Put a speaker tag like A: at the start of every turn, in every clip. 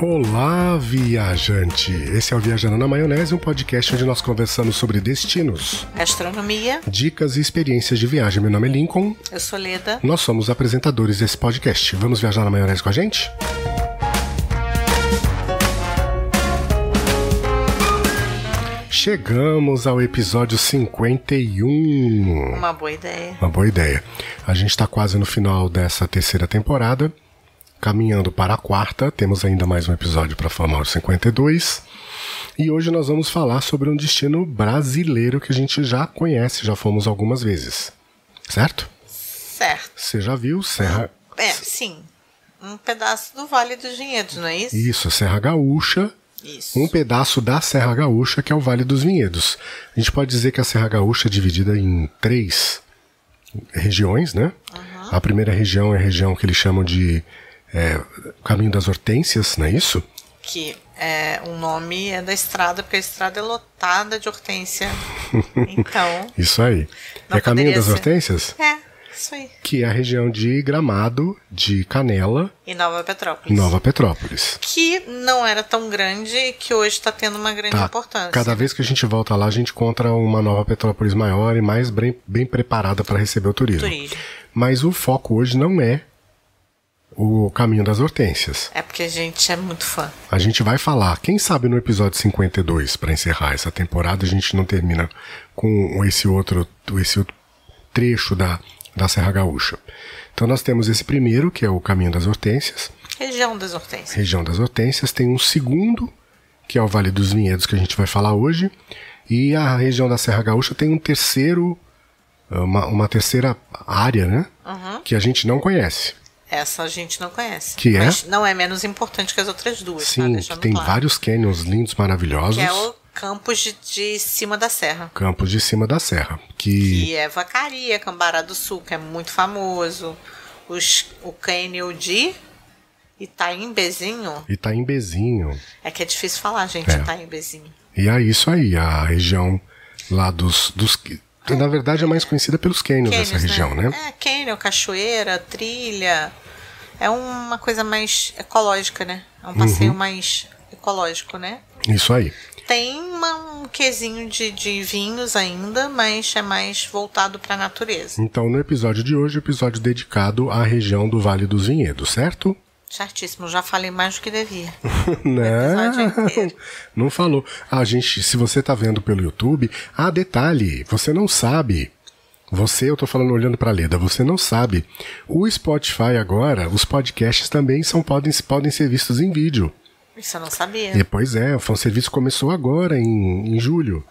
A: Olá, viajante! Esse é o Viajando na Maionese, um podcast onde nós conversamos sobre destinos,
B: Astronomia,
A: dicas e experiências de viagem. Meu nome é Lincoln,
B: eu sou Leda.
A: nós somos apresentadores desse podcast. Vamos viajar na maionese com a gente? Chegamos ao episódio 51.
B: Uma boa ideia.
A: Uma boa ideia. A gente está quase no final dessa terceira temporada, caminhando para a quarta. Temos ainda mais um episódio para formar os 52. E hoje nós vamos falar sobre um destino brasileiro que a gente já conhece, já fomos algumas vezes. Certo?
B: Certo.
A: Você já viu Serra.
B: É, sim. Um pedaço do Vale dos Vinhedos, não é isso?
A: Isso, Serra Gaúcha.
B: Isso.
A: Um pedaço da Serra Gaúcha, que é o Vale dos Vinhedos. A gente pode dizer que a Serra Gaúcha é dividida em três regiões, né? A primeira região é a região que eles chamam de é, Caminho das Hortênsias, não é isso?
B: Que é, o nome é da estrada, porque a estrada é lotada de hortênsia. Então,
A: Isso aí.
B: Não
A: é Caminho
B: poderia
A: das
B: ser.
A: Hortênsias?
B: é, isso aí.
A: Que é a região de Gramado, de Canela,
B: E Nova Petrópolis.
A: Nova Petrópolis.
B: Que não era tão grande e que hoje está tendo uma grande
A: Tá.
B: importância.
A: Cada vez que a gente volta lá, a gente encontra uma nova Petrópolis maior e mais bem, bem preparada para receber o turismo.
B: Turismo.
A: Mas o foco hoje não é o caminho das hortênsias.
B: É porque a gente é muito fã.
A: A gente vai falar, quem sabe no episódio 52, para encerrar essa temporada, a gente não termina com esse outro, esse outro trecho da, da Serra Gaúcha. Então nós temos esse primeiro, que é o caminho das hortênsias,
B: Região das Hortênsias.
A: região das hortênsias, tem um segundo, que é o Vale dos Vinhedos, que a gente vai falar hoje, e a região da Serra Gaúcha tem um terceiro, eh, uma, uma terceira área, né? Que a gente não conhece.
B: Essa a gente não conhece.
A: Que é?
B: Mas não é menos importante que as outras duas, tá?
A: Sim, que
B: Deixando
A: tem
B: claro.
A: vários canyons lindos, maravilhosos.
B: Que é o Campos de, de Cima da Serra.
A: Campos de Cima da Serra, que
B: E é Vacaria, Cambará do Sul, que é muito famoso. Os, o Canyon de Itaimbezinho.
A: Itaimbezinho.
B: É que é difícil falar, gente,
A: É.
B: Itaimbezinho.
A: E é isso aí, a região lá dos. dos na verdade, é mais conhecida pelos canyons essa
B: Canyons,
A: região, né?
B: É, Canyon, cachoeira, trilha. É uma coisa mais ecológica, né? É um
A: Uhum.
B: passeio mais ecológico, né?
A: Isso aí.
B: Tem uma- um quesinho de, de vinhos ainda, mas é mais voltado para a natureza.
A: Então, no episódio de hoje, episódio dedicado à região do Vale dos Vinhedos, certo?
B: Certíssimo, já falei mais do que devia. episódio
A: Não,
B: inteiro.
A: Né? não falou. A gente, se você tá vendo pelo YouTube, ah, detalhe, você não sabe. Você, eu tô falando olhando pra Leda, você não sabe. O Spotify agora, os podcasts também são podem, podem ser vistos em vídeo.
B: Isso eu não sabia.
A: E, pois é, o fanserviço começou agora, em, em julho.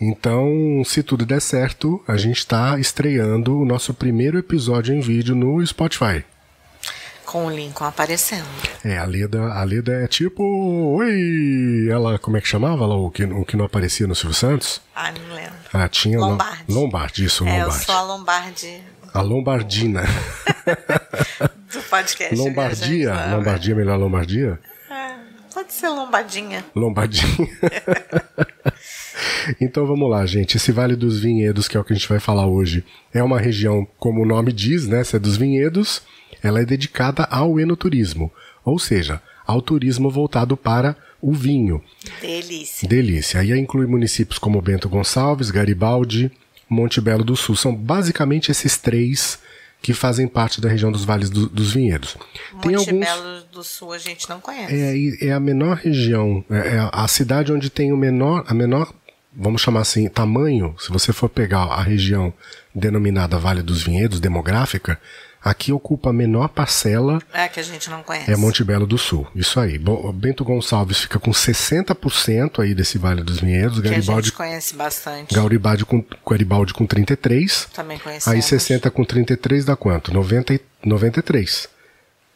A: Então, se tudo der certo, a gente está estreando o nosso primeiro episódio em vídeo no Spotify.
B: Com o Lincoln aparecendo.
A: É, a Leda, a Leda é tipo. Oi! Ela, como é que chamava lá o que, o que não aparecia no Silvio Santos?
B: Ah, não lembro.
A: Ela tinha. o no-
B: Lombardi.
A: Lombardi, isso,
B: É, eu
A: Lombardi.
B: sou a Lombardi
A: A Lombardina.
B: do podcast.
A: Lombardia.
B: Viajantes, né?
A: Lombardia, melhor Lombardia?
B: É, pode ser Lombardinha.
A: Lombardinha. então vamos lá, gente. Esse Vale dos Vinhedos, que é o que a gente vai falar hoje, é uma região, como o nome diz, né? Essa é dos vinhedos. Ela é dedicada ao enoturismo, ou seja, ao turismo voltado para o vinho.
B: Delícia.
A: Delícia. Aí inclui municípios como Bento Gonçalves, Garibaldi, Monte Belo do Sul. São basicamente esses três que fazem parte da região dos Vales do- dos Vinhedos.
B: Monte Belo do Sul a gente não conhece.
A: É, e- é a menor região, é é a- a cidade onde tem o menor, a menor, vamos chamar assim, tamanho, se você for pegar a região denominada Vale dos Vinhedos, demográfica, aqui ocupa a menor parcela
B: É, que a gente não conhece.
A: é Monte Belo do Sul. Isso aí. Bo- Bento Gonçalves fica com 60% aí desse Vale dos Vinhedos,
B: que a
A: Garibaldi,
B: gente conhece bastante.
A: Garibaldi com Garibaldi com 33.
B: Também conhecemos.
A: Aí 60 com 33 dá quanto? 90 e- 93.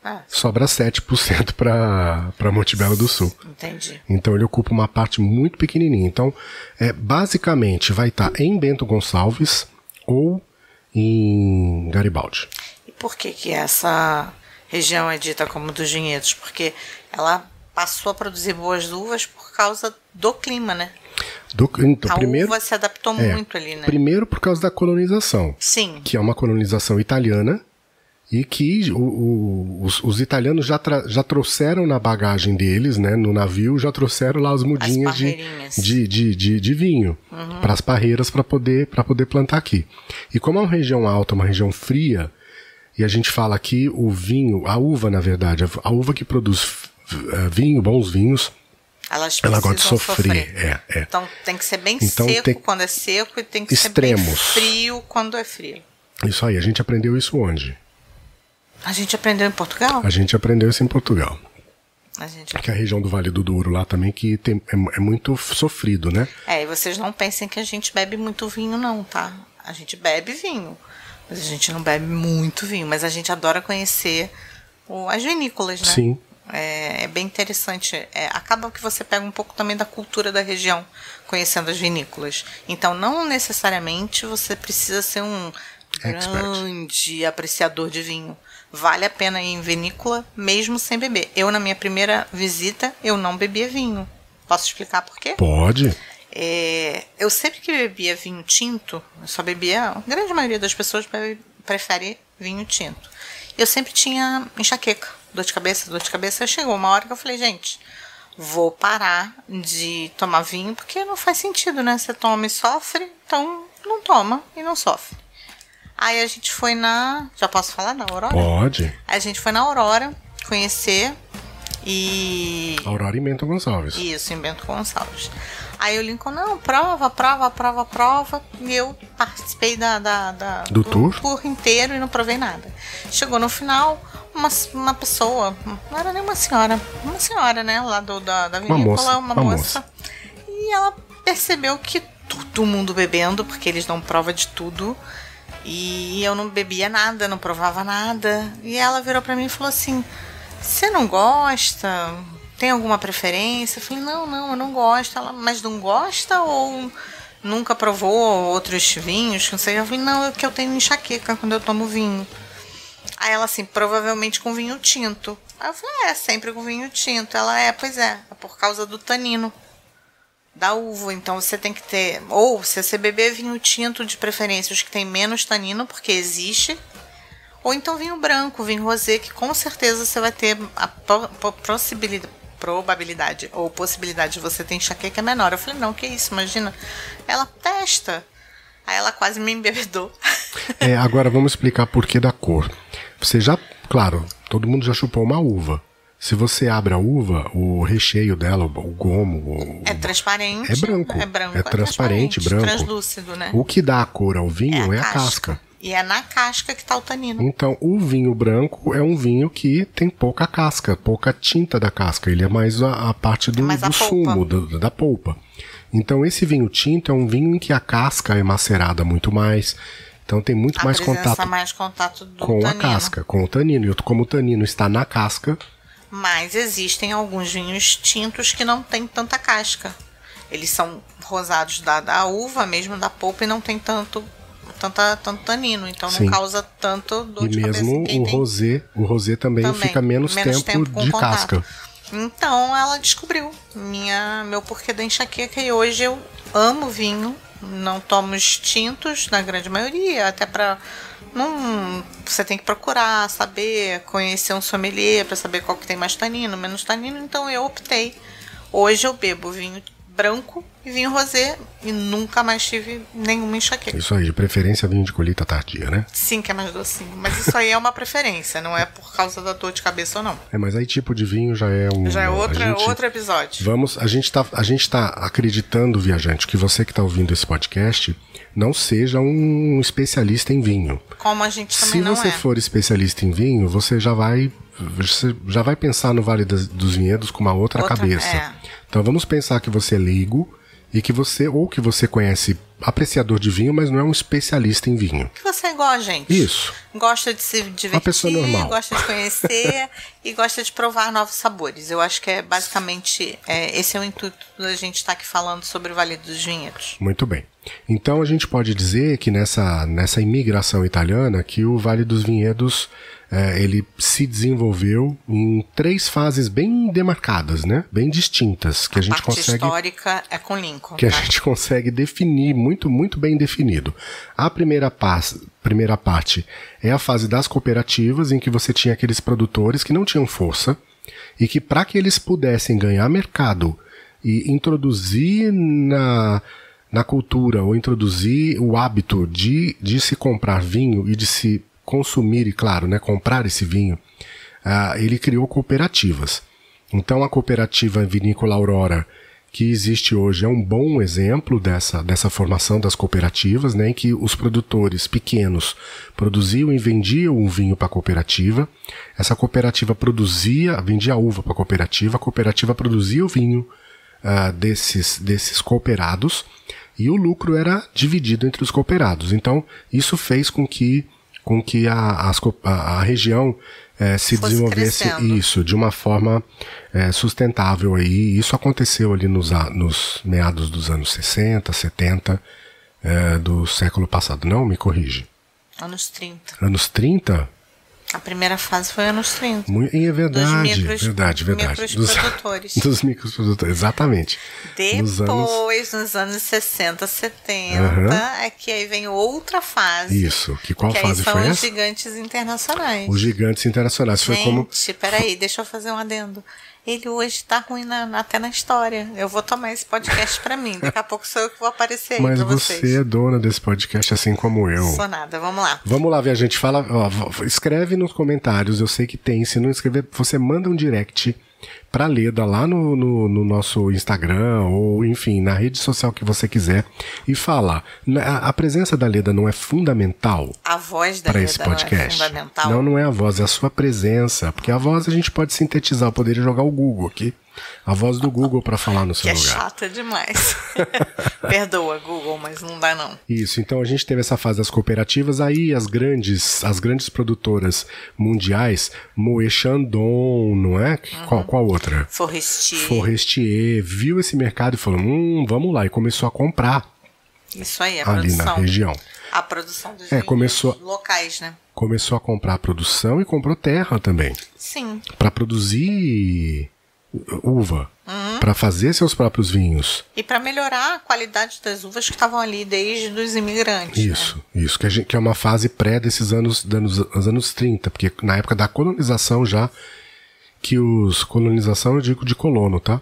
B: Ah,
A: Sobra 7% para para Monte Belo do Sul.
B: entendi.
A: Então ele ocupa uma parte muito pequenininha. Então, é, basicamente vai estar em Bento Gonçalves ou em Garibaldi.
B: E por que que essa região é dita como dos vinhedos? Porque ela passou a produzir boas uvas por causa do clima, né?
A: Do, então,
B: a
A: primeiro,
B: Tá uva se adaptou
A: é,
B: muito ali, né?
A: primeiro por causa da colonização,
B: Sim.
A: que é uma colonização italiana e que o- o- os, os italianos já, tra- já trouxeram na bagagem deles, né, no navio, já trouxeram lá as mudinhas de,
B: parreirinhas.
A: de, de, de, de vinho para as parreiras para poder, pra poder plantar aqui. E como é uma região alta, uma região fria, e a gente fala que o vinho, a uva, na verdade, a, a uva que produz f- f- eh, vinho, bons vinhos,
B: Elas
A: Ela gosta de
B: precisam
A: sofrer, é, é.
B: Então tem que ser bem
A: Então,
B: seco
A: tem-
B: quando é seco e tem que
A: Extremos.
B: ser bem frio quando é frio.
A: isso aí, a gente aprendeu isso onde?
B: A gente aprendeu em Portugal?
A: A gente aprendeu isso em Portugal.
B: A gente
A: Que é a região do Vale do Douro lá também, que tem, é, é muito f- sofrido, né?
B: É, e vocês não pensem que a gente bebe muito vinho, não, tá? A gente bebe vinho. Mas a gente não bebe muito vinho. Mas a gente adora conhecer o- as vinícolas, né?
A: Sim.
B: É, é bem interessante. É, acaba que você pega um pouco também da cultura da região, conhecendo as vinícolas. Então, não necessariamente você precisa ser um
A: Expert.
B: grande apreciador de vinho. Vale a pena ir em vinícola, mesmo sem beber. Eu, na minha primeira visita, eu não bebia vinho. Posso explicar por quê?
A: Pode?
B: É, eu sempre que bebia vinho tinto, eu só bebia. A grande maioria das pessoas pre- prefere vinho tinto. Eu sempre tinha enxaqueca, dor de cabeça, dor de cabeça. Chegou uma hora que eu falei, gente, vou parar de tomar vinho porque não faz sentido, né? Você toma e sofre, então não toma e não sofre. Aí a gente foi na. Já posso falar? Na Aurora?
A: Pode.
B: A gente foi na Aurora conhecer e.
A: Aurora e Mento Gonçalves.
B: Isso, em Bento Gonçalves. Aí o Lincoln, não, prova, prova, prova, prova. E eu participei da, da- da-
A: Do tour?
B: inteiro e não provei nada. Chegou no final, uma, uma pessoa, não era nem uma senhora, uma senhora, né, lá do, da, da vinícola,
A: moça, uma moça.
B: moça. E ela percebeu que todo mundo bebendo, porque eles dão prova de tudo. E eu não bebia nada, não provava nada. E ela virou pra mim e falou assim: Você não gosta? Tem alguma preferência? Eu falei: Não, não, eu não gosto. Ela, mas não gosta ou nunca provou outros vinhos? Não sei. Eu falei: Não, é que eu tenho enxaqueca quando eu tomo vinho. Aí ela assim, provavelmente com vinho tinto. Aí eu falei, é, sempre com vinho tinto. Ela é, pois é, é por causa do tanino da uva. Então você tem que ter. Ou se você beber vinho tinto, de preferência, os que tem menos tanino, porque existe. Ou então vinho branco, vinho rosé, que com certeza você vai ter a po- po- possibilidade probabilidade ou possibilidade de você ter enxaqueca é menor. Eu falei, não, que isso, imagina. Ela testa. Aí ela quase me embebedou.
A: É, agora vamos explicar por que da cor. Você já, claro, todo mundo já chupou uma uva. Se você abre a uva, o recheio dela, o gomo, o,
B: É transparente.
A: É branco.
B: É branco.
A: É transparente, branco.
B: Translúcido, né?
A: o que dá a cor ao vinho é a, casca.
B: E é na casca que tá o tanino.
A: Então, o vinho branco é um vinho que tem pouca casca, pouca tinta da casca. Ele é mais a, a parte do,
B: É mais a
A: do
B: polpa.
A: sumo, do- da polpa. Então, esse vinho tinto é um vinho em que a casca é macerada muito mais. Então, tem muito
B: A
A: mais
B: presença
A: contato
B: mais contato do
A: com
B: tanino.
A: a casca, com o tanino. E como o tanino está na casca,
B: Mas existem alguns vinhos tintos que não tem tanta casca. Eles são rosados da, da uva, mesmo da polpa, e não tem tanto, tanta, tanto tanino. Então
A: Sim.
B: não causa tanto dor
A: e
B: de cabeça.
A: mesmo
B: Quem
A: o
B: tem
A: rosé, o rosé também,
B: também,
A: fica menos, tempo,
B: com
A: de
B: contato.
A: casca.
B: Então ela descobriu minha, meu porquê da enxaqueca e hoje eu amo vinho, não tomo os tintos na grande maioria, até pra não você tem que procurar, saber, conhecer um sommelier pra saber qual que tem mais tanino, menos tanino, então eu optei. Hoje eu bebo vinho branco e vinho rosé e nunca mais tive nenhuma enxaqueca.
A: Isso aí, de preferência vinho de colheita tardia, né?
B: Sim, que é mais docinho, mas isso aí é uma preferência, não é por causa da dor de cabeça ou não.
A: É, mas aí tipo de vinho já é um...
B: Já é
A: a
B: outra,
A: gente-
B: outro episódio.
A: Vamos, a gente tá, a gente tá acreditando, viajante, que você que tá ouvindo esse podcast não seja um especialista em vinho.
B: Como a gente também
A: Se
B: não
A: você
B: é.
A: for especialista em vinho, você já vai você já vai pensar no Vale das- dos Vinhedos com uma outra,
B: Outra-
A: cabeça.
B: é.
A: Então vamos pensar que você é leigo e que você ou que você conhece apreciador de vinho, mas não é um especialista em vinho.
B: Que você é igual a gente.
A: Isso.
B: Gosta de se divertir,
A: pessoa normal.
B: gosta de conhecer e gosta de provar novos sabores. Eu acho que é basicamente é, esse é o intuito da gente estar aqui falando sobre o Vale dos Vinhedos.
A: Muito bem. Então a gente pode dizer que nessa, nessa imigração italiana que o Vale dos Vinhedos eh, ele se desenvolveu em três fases bem demarcadas, né? Bem distintas que a, gente
B: Parte
A: consegue
B: histórica é com Lincoln.
A: que a
B: tá?
A: gente consegue definir muito muito bem definido. A primeira pas- primeira parte é a fase das cooperativas, em que você tinha aqueles produtores que não tinham força e que, para que eles pudessem ganhar mercado e introduzir na, na cultura ou introduzir o hábito de, de se comprar vinho e de se consumir, e claro, né, comprar esse vinho, uh, ele criou cooperativas. Então, a cooperativa Vinícola Aurora que existe hoje é um bom exemplo dessa, dessa formação das cooperativas, né, em que os produtores pequenos produziam e vendiam um vinho para a cooperativa. Essa cooperativa produzia, vendia uva para a cooperativa, a cooperativa produzia o vinho uh, desses, desses cooperados e o lucro era dividido entre os cooperados. Então, isso fez com que, com que a, as, a, a região é, se Fosse desenvolvesse crescendo. isso de uma forma é, sustentável aí. Isso aconteceu ali nos, nos meados dos anos 60, 70 é, do século passado. Não, me corrige.
B: Anos 30.
A: Anos 30?
B: A primeira fase foi anos 30.
A: Muito, é verdade, dos micros, verdade, verdade.
B: Microprodutores.
A: Dos, dos microprodutores, exatamente.
B: Depois, nos anos, nos anos 60, 70, uhum. é que aí vem outra fase.
A: Isso, que qual que fase
B: são
A: foi
B: os
A: essa?
B: os gigantes internacionais.
A: Os gigantes internacionais. Gente, foi como...
B: peraí, deixa eu fazer um adendo. Ele hoje tá ruim na, até na história. Eu vou tomar esse podcast para mim. Daqui a pouco sou eu que vou aparecer aí
A: Mas
B: pra
A: você
B: vocês.
A: é dona desse podcast, assim como eu.
B: Sou nada, vamos lá.
A: Vamos lá, viajante. Fala, ó, escreve nos comentários. Eu sei que tem. Se não escrever, você manda um direct pra Leda lá no, no, no nosso Instagram ou, enfim, na rede social que você quiser e fala. A, a presença da Leda não é fundamental?
B: A voz da
A: para
B: Leda
A: esse podcast.
B: não é fundamental?
A: Não, não é a voz, é a sua presença. Porque a voz a gente pode sintetizar, eu poderia jogar o Google aqui. A voz do Google para falar no
B: que
A: seu
B: é
A: lugar.
B: chata demais. Perdoa, Google, mas não dá não.
A: Isso, então a gente teve essa fase das cooperativas, aí as grandes, as grandes produtoras mundiais, Moe Chandon, não é? Qual, qual outra?
B: Forresti,
A: Forestier viu esse mercado e falou: hum, vamos lá, e começou a comprar
B: isso aí, a
A: ali
B: produção.
A: na região.
B: A produção dos
A: É, começou-
B: vinhos locais, né?
A: Começou a comprar a produção e comprou terra também,
B: Sim,
A: para produzir uva, para fazer seus próprios vinhos.
B: e para melhorar a qualidade das uvas que estavam ali desde os imigrantes. né?
A: Isso, isso, que, a gente, que é uma fase pré desses anos, anos, os anos 30, porque na época da colonização já, que os, colonização eu digo de colono, tá?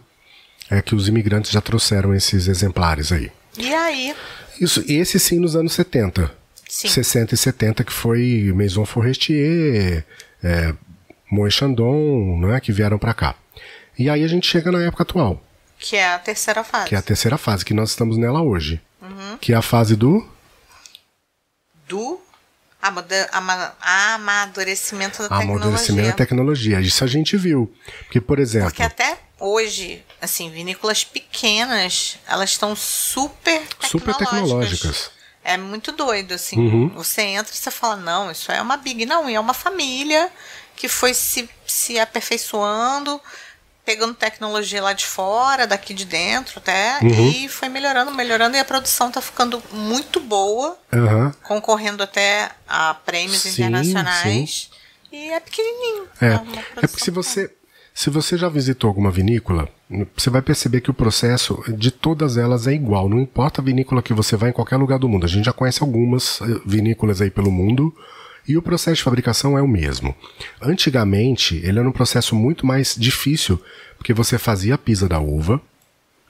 A: É que os imigrantes já trouxeram esses exemplares aí.
B: E aí,
A: Isso, esse sim nos anos 70.
B: Sim.
A: 60 e 70, que foi Maison Forestier, é, Moët Chandon, né, que vieram pra cá. E aí a gente chega na época atual,
B: que é a terceira fase.
A: que é a terceira fase, que nós estamos nela hoje. Que é a fase do
B: Do amade- ama- amadurecimento da
A: amadurecimento
B: tecnologia.
A: da é tecnologia. Isso a gente viu. Porque, por exemplo,
B: Porque é até hoje, assim, vinícolas pequenas, elas estão super tecnológicas.
A: Super tecnológicas. Uhum.
B: É muito doido, assim. Você entra e você fala, não, isso é uma big. Não, e é uma família que foi se, se aperfeiçoando, pegando tecnologia lá de fora, daqui de dentro até,
A: Uhum.
B: e foi melhorando, melhorando, e a produção tá ficando muito boa,
A: aham,
B: concorrendo até a prêmios
A: Sim,
B: internacionais. E é pequenininho.
A: é.
B: uma
A: é porque se
B: produção
A: você, se você já visitou alguma vinícola, você vai perceber que o processo de todas elas é igual. Não importa a vinícola que você vai em qualquer lugar do mundo. A gente já conhece algumas eh, vinícolas aí pelo mundo. E o processo de fabricação é o mesmo. Antigamente, ele era um processo muito mais difícil, porque você fazia a pisa da uva,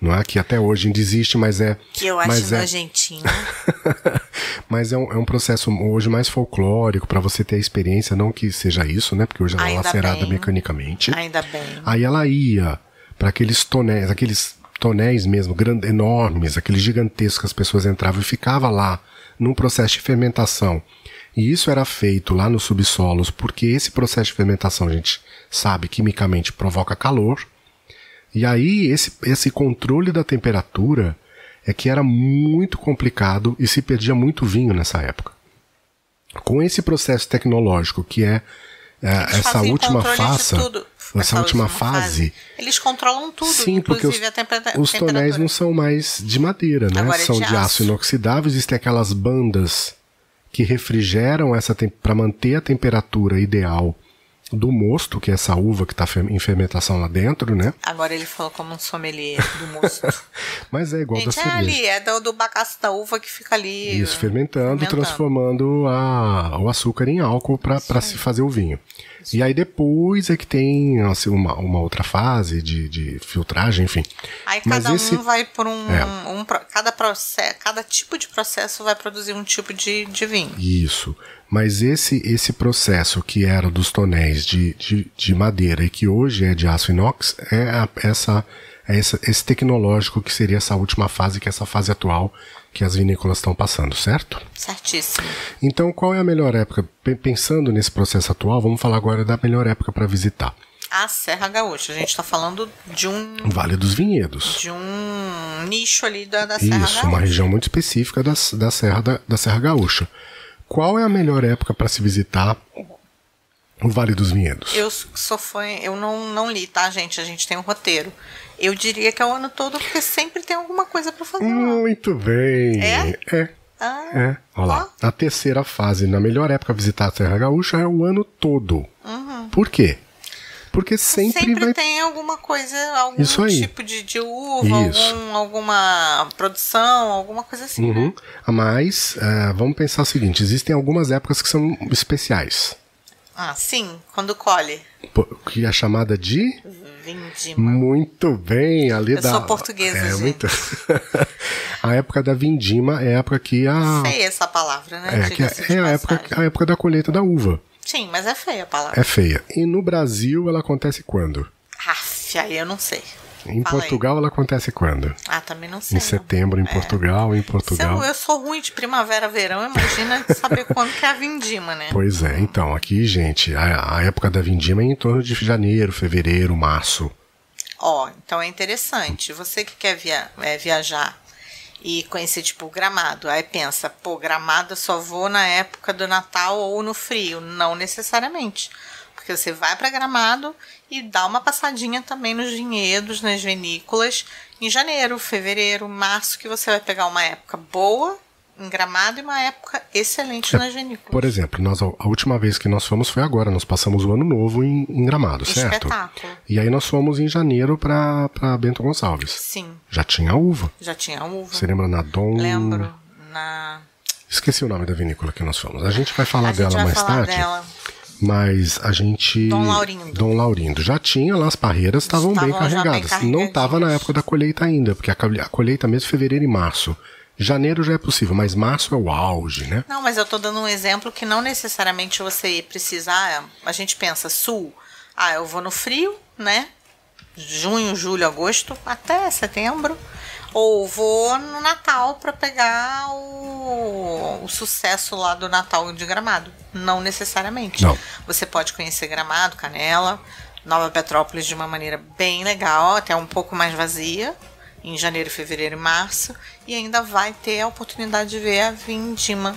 A: não é? Que até hoje ainda existe, mas é.
B: Que eu acho
A: mas é-
B: nojentinho.
A: Mas é um, é um processo hoje mais folclórico para você ter a experiência, não que seja isso, né? Porque hoje ela é
B: Ainda
A: lacerada
B: bem.
A: mecanicamente.
B: Ainda bem.
A: Aí ela ia para aqueles tonéis, aqueles tonéis mesmo, grandes, enormes, aqueles gigantescos que as pessoas entravam e ficava lá num processo de fermentação. E isso era feito lá nos subsolos, porque esse processo de fermentação, a gente sabe, quimicamente provoca calor. E aí, esse, esse controle da temperatura é que era muito complicado e se perdia muito vinho nessa época. Com esse processo tecnológico, que é, é,
B: Eles
A: essa
B: fazem
A: última
B: controle de
A: fase,
B: tudo.
A: essa última fase,
B: Eles controlam tudo,
A: Sim, porque
B: inclusive
A: os,
B: a tempera-
A: os
B: temperatura.
A: tonéis não são mais de madeira, né?
B: Agora é
A: são
B: de
A: de aço
B: aço.
A: inoxidável. Existem aquelas bandas que refrigeram essa para manter a temperatura ideal do mosto, que é essa uva que está em fermentação lá dentro, né?
B: Agora ele falou como um sommelier do mosto.
A: Mas é igual
B: Gente,
A: da
B: é
A: cerveja.
B: ali, é do, do bagaço da uva que fica ali.
A: Isso, fermentando, transformando a- o açúcar em álcool para se fazer o vinho. E aí depois é que tem assim, uma, uma outra fase de, de filtragem, enfim.
B: Aí
A: Mas
B: cada um
A: esse-
B: vai por um.
A: É.
B: um pro- cada, processo, cada tipo de processo vai produzir um tipo de, de vinho.
A: Isso. Mas esse esse processo que era dos tonéis de, de, de madeira e que hoje é de aço inox é a- essa, é essa esse tecnológico que seria essa última fase, que é essa fase atual que as vinícolas estão passando, certo?
B: Certíssimo.
A: Então, qual é a melhor época? Pe- Pensando nesse processo atual, vamos falar agora da melhor época para visitar.
B: A Serra Gaúcha. A gente tá falando de um.
A: Vale dos Vinhedos.
B: De um nicho ali da, da Serra
A: Isso,
B: Gaúcha.
A: uma região muito específica da, da, Serra, da, da Serra Gaúcha. Qual é a melhor época para se visitar o Vale dos Vinhedos?
B: Eu sou fã, eu não, não li, tá, gente? A gente tem um roteiro. Eu diria que é o ano todo, porque sempre tem alguma coisa pra fazer. lá.
A: Muito bem.
B: É?
A: É.
B: Ah,
A: É. Olha lá. A terceira fase, na melhor época pra visitar a Serra Gaúcha, é o ano todo. Por quê? Porque sempre,
B: sempre
A: vai.
B: tem alguma coisa, algum
A: Isso aí.
B: tipo de, de uva,
A: Isso.
B: algum- alguma produção, alguma coisa assim.
A: Uhum. Mas eh, vamos pensar o seguinte: existem algumas épocas que são especiais.
B: Ah, sim, quando colhe.
A: Pô, Que é chamada de.
B: Vindima.
A: Muito bem, ali
B: Eu
A: da.
B: sou portuguesa,
A: é,
B: gente.
A: muito- a época da vindima é a época que a.
B: Feia essa palavra, né?
A: É, que
B: Diga-se de
A: é, é a, época,
B: passagem.
A: a época da colheita da uva.
B: Sim, mas é feia a palavra.
A: É feia. E no Brasil ela acontece quando?
B: Aff, aí eu não sei.
A: Em
B: Fala aí.
A: Portugal ela acontece quando?
B: Ah, também não sei.
A: Em
B: não.
A: setembro, em
B: É.
A: Portugal, em
B: Se eu,
A: Portugal.
B: eu sou ruim de primavera, verão, imagina saber quando que é a vindima, né?
A: Pois é, então, aqui, gente, a, a época da vindima é em torno de janeiro, fevereiro, março.
B: Ó, então é interessante. Você que quer via- é, viajar e conhecer, tipo, gramado, aí pensa, pô, gramado eu só vou na época do Natal ou no frio. Não necessariamente. Porque você vai pra gramado e dá uma passadinha também nos vinhedos, nas vinícolas, em janeiro, fevereiro, março, que você vai pegar uma época boa em gramado e uma época excelente nas vinícolas.
A: É, Por exemplo, nós, a última vez que nós fomos foi agora, nós passamos o ano novo em, em Gramado, certo?
B: Espetáculo.
A: E aí nós fomos em janeiro pra, pra Bento Gonçalves.
B: Sim,
A: Já tinha uva.
B: já tinha uva.
A: Você um lembra na Dom?
B: Lembro. Na...
A: Esqueci o nome da vinícola que nós fomos. A gente vai falar
B: A
A: dela
B: gente vai
A: mais
B: falar
A: tarde.
B: dela.
A: Mas a gente.
B: Dom Laurindo.
A: Dom Laurindo. Já tinha lá, as parreiras estavam bem
B: Estavam já bem
A: carregadas. Não
B: carregadinhas.
A: estava na época da colheita ainda, porque a colhe- a colheita mesmo é fevereiro e março. Janeiro já é possível, mas março é o auge, né?
B: Não, mas eu tô dando um exemplo que não necessariamente você precisa. ah, A gente pensa, sul, ah, eu vou no frio, né? Junho, julho, agosto, até setembro. Ou vou no Natal pra pegar o, o sucesso lá do Natal de Gramado. Não necessariamente.
A: Não.
B: Você pode conhecer Gramado, Canela, Nova Petrópolis de uma maneira bem legal, até um pouco mais vazia, em janeiro, fevereiro e março. E ainda vai ter a oportunidade de ver a Vindima.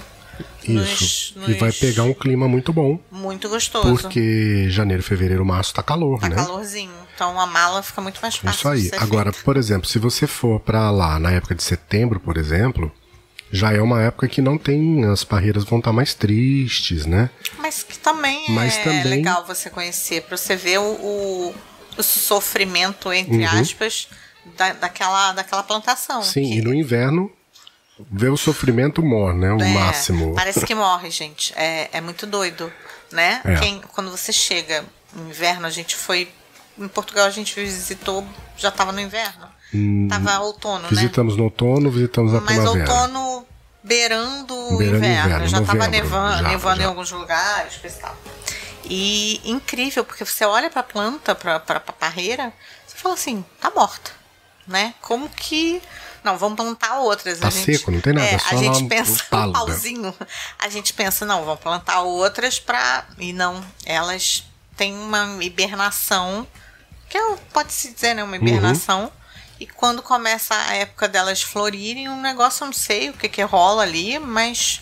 A: Isso.
B: Nos-
A: E vai
B: nos-
A: pegar um clima muito bom,
B: Muito gostoso.
A: porque janeiro, fevereiro, março tá calor,
B: Tá
A: né? É
B: calorzinho. Então a mala fica muito mais fácil.
A: Isso
B: de
A: aí.
B: ser
A: Agora,
B: feita.
A: por exemplo, se você for pra lá na época de setembro, por exemplo, já é uma época que não tem. As parreiras vão estar mais tristes, né?
B: Mas que também
A: Mas
B: é
A: também-
B: legal você conhecer, pra você ver o, o, o sofrimento, entre aspas, da, daquela, daquela plantação.
A: Uhum. Sim,
B: que-
A: e no inverno vê o sofrimento mor, né? O
B: É,
A: máximo.
B: Parece que morre, gente. É, é muito doido, né?
A: É.
B: Quem- quando você chega no inverno, a gente foi. Em Portugal a gente visitou, já tava no inverno.
A: Hum,
B: tava outono, né?
A: Visitamos no outono, visitamos na
B: Mas
A: primavera.
B: outono beirando o
A: Beirando o
B: inverno.
A: inverno,
B: Já tava
A: novembro,
B: nevando,
A: já,
B: nevando
A: já.
B: em alguns lugares, coisa e tal. E incrível, porque você olha pra planta, pra, pra, pra parreira, você fala assim, tá morta. Né? Como que. Não, vamos plantar outras.
A: Tá
B: a gente,
A: seco, não tem nada,
B: É,
A: é só
B: a gente
A: lá um
B: pensa
A: talo,
B: um
A: né?
B: pauzinho. A gente pensa, não, vamos plantar outras pra. E não, elas têm uma hibernação, que é o- pode-se dizer, né?
A: Uhum.
B: Uma hibernação. E quando começa a época delas florirem, um negócio, eu não sei o que que rola ali, mas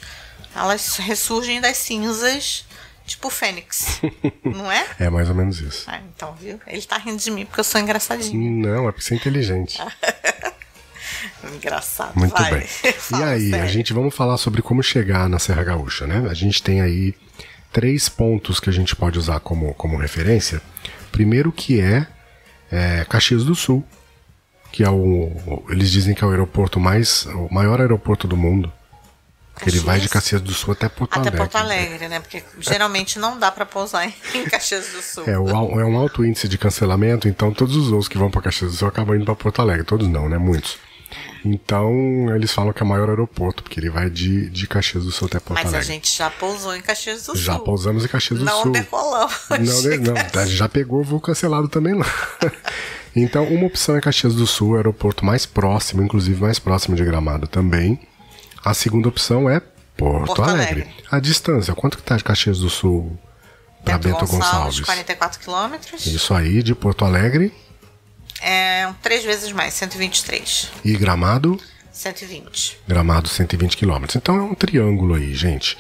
B: elas ressurgem das cinzas, tipo fênix, não é?
A: É mais ou menos isso.
B: Ah, então, viu? Ele tá rindo de mim porque eu sou engraçadinho.
A: Não, é pra ser inteligente.
B: Engraçado.
A: Muito
B: vai.
A: bem. E
B: Fala
A: aí, a
B: sério.
A: gente vamos falar sobre como chegar na Serra Gaúcha, né? A gente tem aí três pontos que a gente pode usar como, como referência. Primeiro que é, é Caxias do Sul, que é o. Eles dizem que é o aeroporto mais. o maior aeroporto do mundo. Porque ele vai de Caxias do Sul até Porto
B: Até
A: Alegre.
B: Porto Alegre, né? Porque geralmente não dá pra pousar em Caxias do Sul.
A: É, o al- é um alto índice de cancelamento, então todos os voos que vão para Caxias do Sul acabam indo para Porto Alegre. Todos não, né? Muitos. Então, eles falam que é o maior aeroporto, porque ele vai de, de Caxias do Sul até Porto
B: Mas a
A: Alegre.
B: gente já pousou em Caxias do
A: Já
B: Sul.
A: pousamos em Caxias do
B: não
A: Sul.
B: decolamos.
A: Não, né? não, tá, já pegou o voo cancelado também lá. Então, uma opção é Caxias do Sul, aeroporto mais próximo, inclusive mais próximo de Gramado também. A segunda opção é Porto,
B: Porto
A: Alegre.
B: Alegre.
A: A distância, quanto que tá de Caxias do Sul para tá, Bento, Gonçalves?
B: 44 quilômetros.
A: Isso aí, de Porto Alegre
B: É três vezes mais, 123.
A: e Gramado,
B: 120.
A: Gramado 120 quilômetros. Então é um triângulo aí, gente.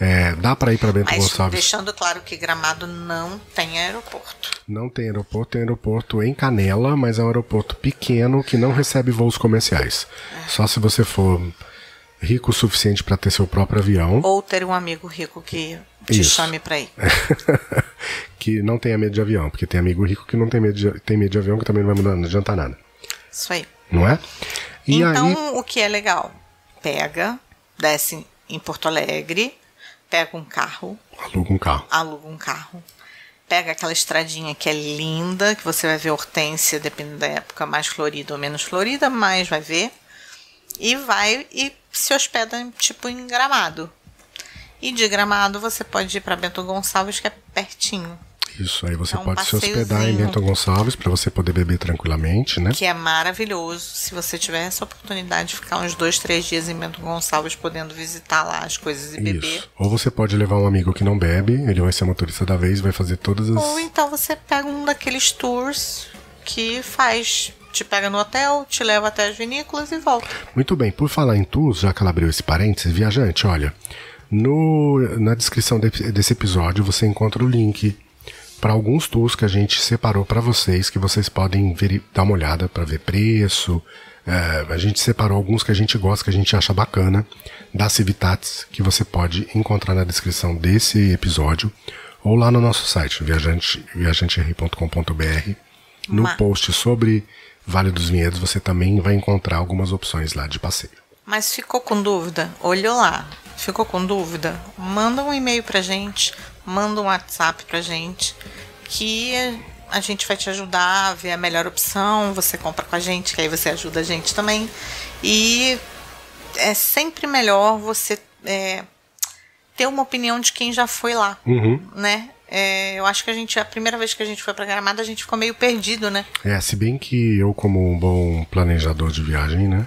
A: É, dá para ir para Bento
B: Mas
A: Gonçalves?
B: deixando claro que Gramado não tem aeroporto.
A: Não tem aeroporto, tem aeroporto em Canela, mas é um aeroporto pequeno que não recebe voos comerciais. Só se você for rico o suficiente para ter seu próprio avião,
B: Ou ter um amigo rico que te
A: Isso.
B: chame pra ir.
A: que não tenha medo de avião, porque tem amigo rico que não tem medo de, tem medo de avião, que também não vai mudar- não adiantar nada,
B: Isso aí.
A: não é? E
B: então,
A: aí,
B: o que é legal? Pega, desce em Porto Alegre, pega um carro,
A: aluga um carro.
B: aluga um carro, pega aquela estradinha que é linda, que você vai ver hortênsia, dependendo da época, mais florida ou menos florida, mas vai ver. E vai e se hospeda, tipo, em Gramado. E de Gramado você pode ir para Bento Gonçalves, que é pertinho,
A: Isso, aí você
B: É um
A: pode se hospedar em
B: passeiozinho.
A: Bento Gonçalves para você poder beber tranquilamente, né?
B: que é maravilhoso. Se você tiver essa oportunidade de ficar uns dois, três dias em Bento Gonçalves, podendo visitar lá as coisas e beber.
A: Isso. Ou você pode levar um amigo que não bebe, ele vai ser motorista da vez, vai fazer todas as.
B: Ou então você pega um daqueles tours que faz. Te pega no hotel, te leva até as vinícolas e volta.
A: Muito bem, por falar em tours, já que ela abriu esse parênteses, viajante, olha, no- na descrição de- desse episódio você encontra o link para alguns tours que a gente separou para vocês, que vocês podem veri- dar uma olhada para ver preço. É, a gente separou alguns que a gente gosta, que a gente acha bacana, da Civitats, que você pode encontrar na descrição desse episódio, ou lá no nosso site, viajante, viajanterri.com.br. No
B: Ma-
A: post sobre Vale dos Vinhedos, você também vai encontrar algumas opções lá de passeio.
B: Mas ficou com dúvida? Olhou lá. Ficou com dúvida? Manda um e-mail pra gente, manda um WhatsApp pra gente, que a gente vai te ajudar a ver a melhor opção. Você compra com a gente, que aí você ajuda a gente também. E é sempre melhor você é, ter uma opinião de quem já foi lá, né? É, eu acho que a gente, a primeira vez que a gente foi pra Gramado, a gente ficou meio perdido, né?
A: É, se bem que eu, como um bom planejador de viagem, né?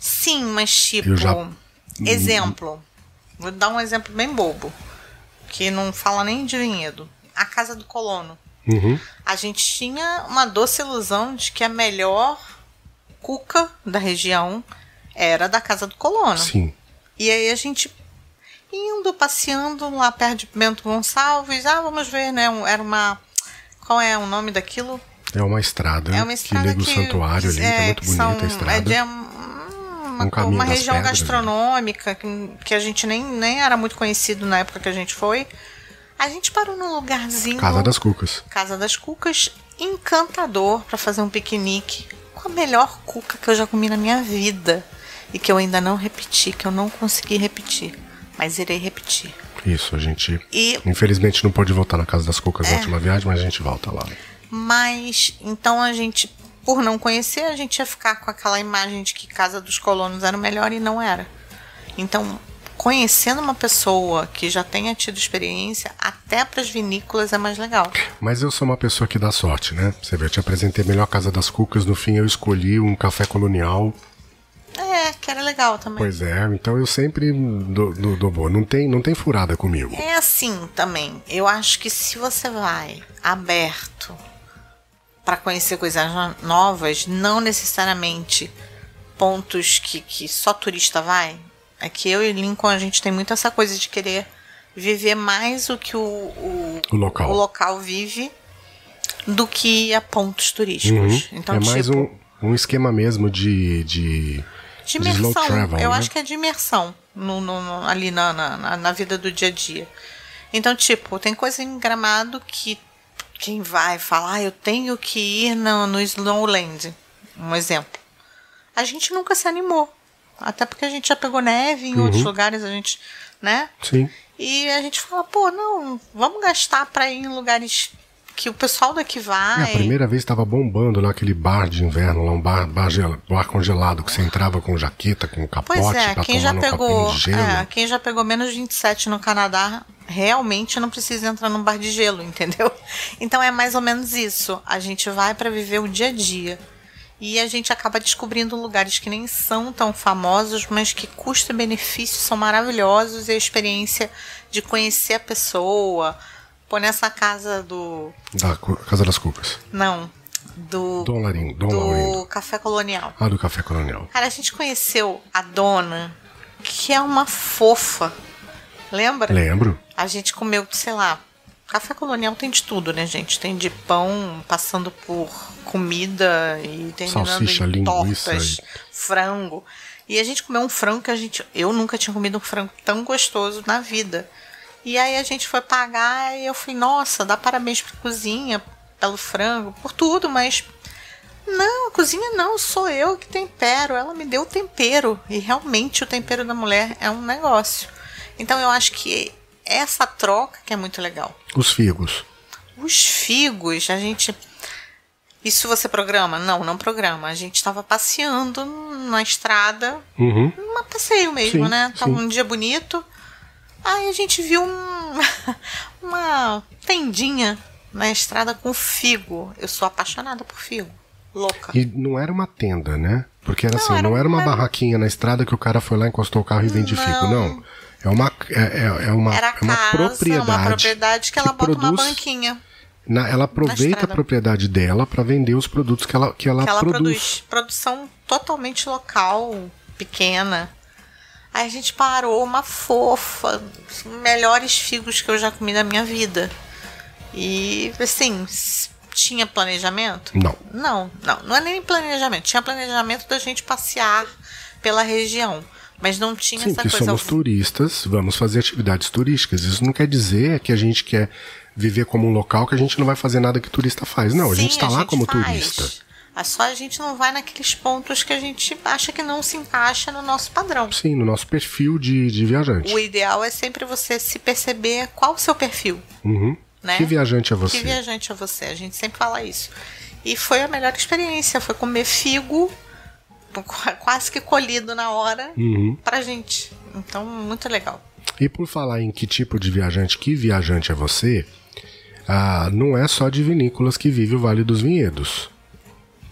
B: Sim, mas tipo.
A: Eu já-
B: Exemplo. Vou dar um exemplo bem bobo. Que não fala nem de vinhedo. A casa do colono.
A: Uhum.
B: A gente tinha uma doce ilusão de que a melhor cuca da região era da casa do colono.
A: Sim.
B: E aí a gente indo, passeando lá perto de Bento Gonçalves. Ah, vamos ver, né? um- Era uma. Qual é o nome daquilo?
A: É uma estrada,
B: É uma estrada
A: que liga o santuário ali, que é muito
B: que
A: bonita
B: são-
A: a
B: É
A: estrada.
B: de uma,
A: Um caminho
B: uma
A: das
B: região
A: pedras, né?
B: gastronômica que, que a gente nem, nem era muito conhecido na época que a gente foi. A gente parou num lugarzinho,
A: Casa das Cucas.
B: Casa das Cucas, encantador pra fazer um piquenique com a melhor cuca que eu já comi na minha vida e que eu ainda não repeti, que eu não consegui repetir, mas irei repetir.
A: Isso, a gente.
B: E
A: Infelizmente não pôde voltar na Casa das Cucas
B: É.
A: na última viagem, mas a gente volta lá.
B: Mas então a gente, por não conhecer, a gente ia ficar com aquela imagem de que casa dos colonos era o melhor e não era. Então, conhecendo uma pessoa que já tenha tido experiência, até para as vinícolas é mais legal.
A: Mas eu sou uma pessoa que dá sorte, né? Você vê, eu te apresentei a melhor Casa das Cucas, no fim eu escolhi um café colonial.
B: É, que era legal também.
A: Pois é, então eu sempre dou, dou, dou boa. Não tem, não tem furada comigo.
B: É assim também. Eu acho que se você vai aberto para conhecer coisas no- novas, não necessariamente pontos que, que só turista vai. É que eu e Lincoln a gente tem muito essa coisa de querer viver mais o que o, o,
A: O local.
B: o local vive do que a pontos turísticos. Então,
A: é
B: tipo,
A: mais um, um esquema mesmo de, de,
B: de
A: de slow
B: imersão.
A: travel.
B: eu
A: né?
B: acho que é de imersão no, no- no- ali na, na, na- na vida do dia a dia. Então, tipo, tem coisa em Gramado que quem vai falar, ah, eu tenho que ir no, no Snowland, um exemplo. A gente nunca se animou. Até porque a gente já pegou neve em
A: Uhum.
B: outros lugares, a gente, né?
A: Sim.
B: E a gente fala, pô, não, vamos gastar pra ir em lugares que o pessoal daqui
A: É,
B: vai.
A: a primeira vez estava bombando lá aquele bar de inverno, lá um bar, bar, gel- bar congelado, que você entrava com jaqueta, com capote,
B: Ah. Pois é,
A: pra
B: quem
A: tomar
B: já
A: no
B: pegou,
A: copinho de gelo.
B: é, quem já pegou menos 27 no Canadá, realmente não precisa entrar num bar de gelo, entendeu? Então é mais ou menos isso. A gente vai para viver o dia a dia. E a gente acaba descobrindo lugares que nem são tão famosos, mas que custo-benefício são maravilhosos e a experiência de conhecer a pessoa. Pô, nessa casa do.
A: Da Cu- Casa das Cucas.
B: Não. Do.
A: Dom Larim, Dom Laurindo.
B: do Café Colonial.
A: Ah, do Café Colonial.
B: Cara, a gente conheceu a dona, que é uma fofa. Lembra?
A: Lembro.
B: A gente comeu, sei lá, café colonial tem de tudo, né, gente? Tem de pão, passando por comida e terminando
A: Salsicha,
B: em
A: linguiça
B: tortas, frango. E a gente comeu um frango que a gente, eu nunca tinha comido um frango tão gostoso na vida. E aí a gente foi pagar e eu falei, nossa, dá parabéns pra cozinha pelo frango, por tudo, mas não, cozinha não, sou eu que tempero. Ela me deu o tempero. E realmente o tempero da mulher é um negócio. Então eu acho que essa troca que é muito legal.
A: Os figos.
B: Os figos, a gente. Isso você programa? Não, não programa. A gente estava passeando na estrada,
A: Uhum.
B: um passeio mesmo,
A: Sim,
B: né? Tava
A: sim.
B: um dia bonito. Aí a gente viu um- uma tendinha na estrada com figo. Eu sou apaixonada por figo. Louca.
A: E não era uma tenda, né? Porque era assim,
B: era
A: não era uma
B: uma-
A: barraquinha na estrada que o cara foi lá, encostou o carro e vende figo. Não. É uma, é, é- é uma,
B: Era
A: é
B: a
A: uma
B: casa,
A: propriedade.
B: uma propriedade que ela bota uma
A: produz-
B: banquinha.
A: na- ela aproveita a
B: estrada.
A: propriedade dela para vender os produtos que ela, que ela,
B: Que ela
A: produz.
B: produz. Produção totalmente local, pequena. Aí a gente parou, uma fofa. os Melhores figos que eu já comi na minha vida. E, assim, s- tinha planejamento?
A: Não.
B: Não, não. Não é nem planejamento. Tinha planejamento da gente passear pela região. Mas não tinha
A: Sim,
B: essa
A: que
B: coisa. um
A: somos turistas, vamos fazer atividades turísticas. Isso não quer dizer que a gente quer viver como um local que a gente não vai fazer nada que turista faz. Não, a
B: Sim,
A: gente está lá como
B: faz.
A: turista.
B: É só a gente não vai naqueles pontos que a gente acha que não se encaixa no nosso padrão.
A: Sim, no nosso perfil de, de viajante.
B: O ideal é sempre você se perceber qual o seu perfil,
A: Uhum.
B: né?
A: Que viajante é você?
B: Que viajante é você? A gente sempre fala isso. E foi a melhor experiência, foi comer figo qu- quase que colhido na hora
A: Uhum.
B: pra gente. Então, muito legal.
A: E por falar em que tipo de viajante, que viajante é você, ah, não é só de vinícolas que vive o Vale dos Vinhedos.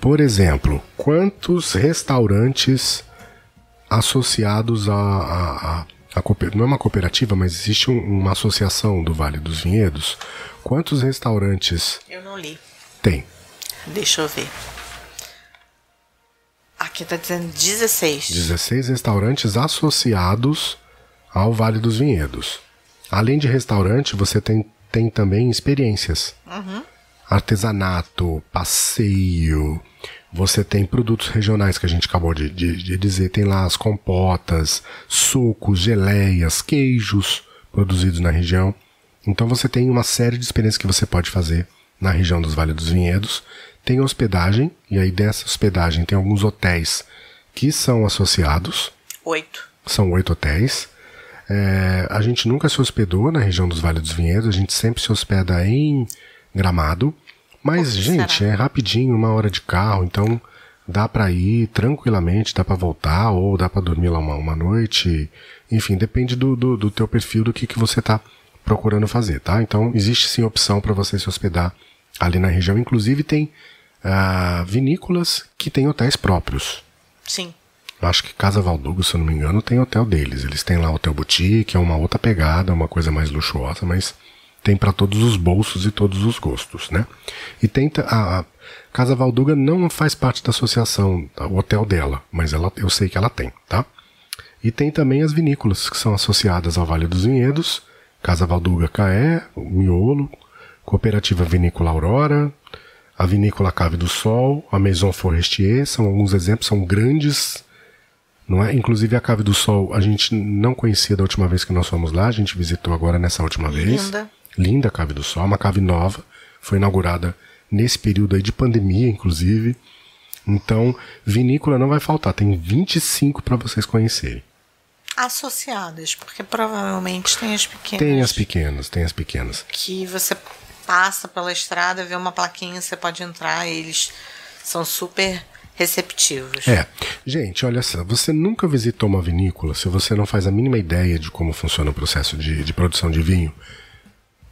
A: Por exemplo, quantos restaurantes associados a. a- a- a cooper- não é uma cooperativa, mas existe um- uma associação do Vale dos Vinhedos. Quantos restaurantes
B: Eu não li.
A: tem?
B: Deixa eu ver. Aqui tá dizendo 16.
A: 16 restaurantes associados ao Vale dos Vinhedos. Além de restaurante, você tem, tem também experiências. Artesanato, passeio. Você tem produtos regionais que a gente acabou de, de- de dizer. Tem lá as compotas, sucos, geleias, queijos produzidos na região. Então você tem uma série de experiências que você pode fazer na região dos Vale dos Vinhedos. Tem hospedagem, e aí dessa hospedagem tem alguns hotéis que são associados,
B: 8.
A: são oito hotéis. É, a gente nunca se hospedou na região dos Vale dos Vinhedos, a gente sempre se hospeda em Gramado. Mas,
B: Por que
A: gente,
B: será?
A: é rapidinho, uma hora de carro, então dá pra ir tranquilamente, dá pra voltar, ou dá pra dormir lá uma, uma noite. Enfim, depende do, do, do teu perfil, do que, que você tá procurando fazer, tá? Então, existe sim opção pra você se hospedar ali na região. Inclusive, tem ah, vinícolas que têm hotéis próprios.
B: Sim.
A: Eu acho que Casa Valdugo, se eu não me engano, tem hotel deles. Eles têm lá hotel boutique, é uma outra pegada, uma coisa mais luxuosa, mas tem para todos os bolsos e todos os gostos, né? E tem ta- a, a Casa Valduga não faz parte da associação, tá, o hotel dela, mas ela, eu sei que ela tem, tá? E tem também as vinícolas que são associadas ao Vale dos Vinhedos, Casa Valduga Caé, Miolo, Cooperativa Vinícola Aurora, a Vinícola Cave do Sol, a Maison Forestier, são alguns exemplos, são grandes Não é? Inclusive a Cave do Sol a gente não conhecia da última vez que nós fomos lá, a gente visitou agora nessa última vez.
B: Linda.
A: Linda a Cave do Sol, uma cave nova, foi inaugurada nesse período aí de pandemia, inclusive. Então, vinícola não vai faltar, tem 25 para vocês conhecerem.
B: Associadas, porque provavelmente tem as pequenas
A: Tem as pequenas, tem as pequenas.
B: que você passa pela estrada, vê uma plaquinha, você pode entrar, eles são super receptivos.
A: É. Gente, olha só, você nunca visitou uma vinícola se você não faz a mínima ideia de como funciona o processo de, de produção de vinho.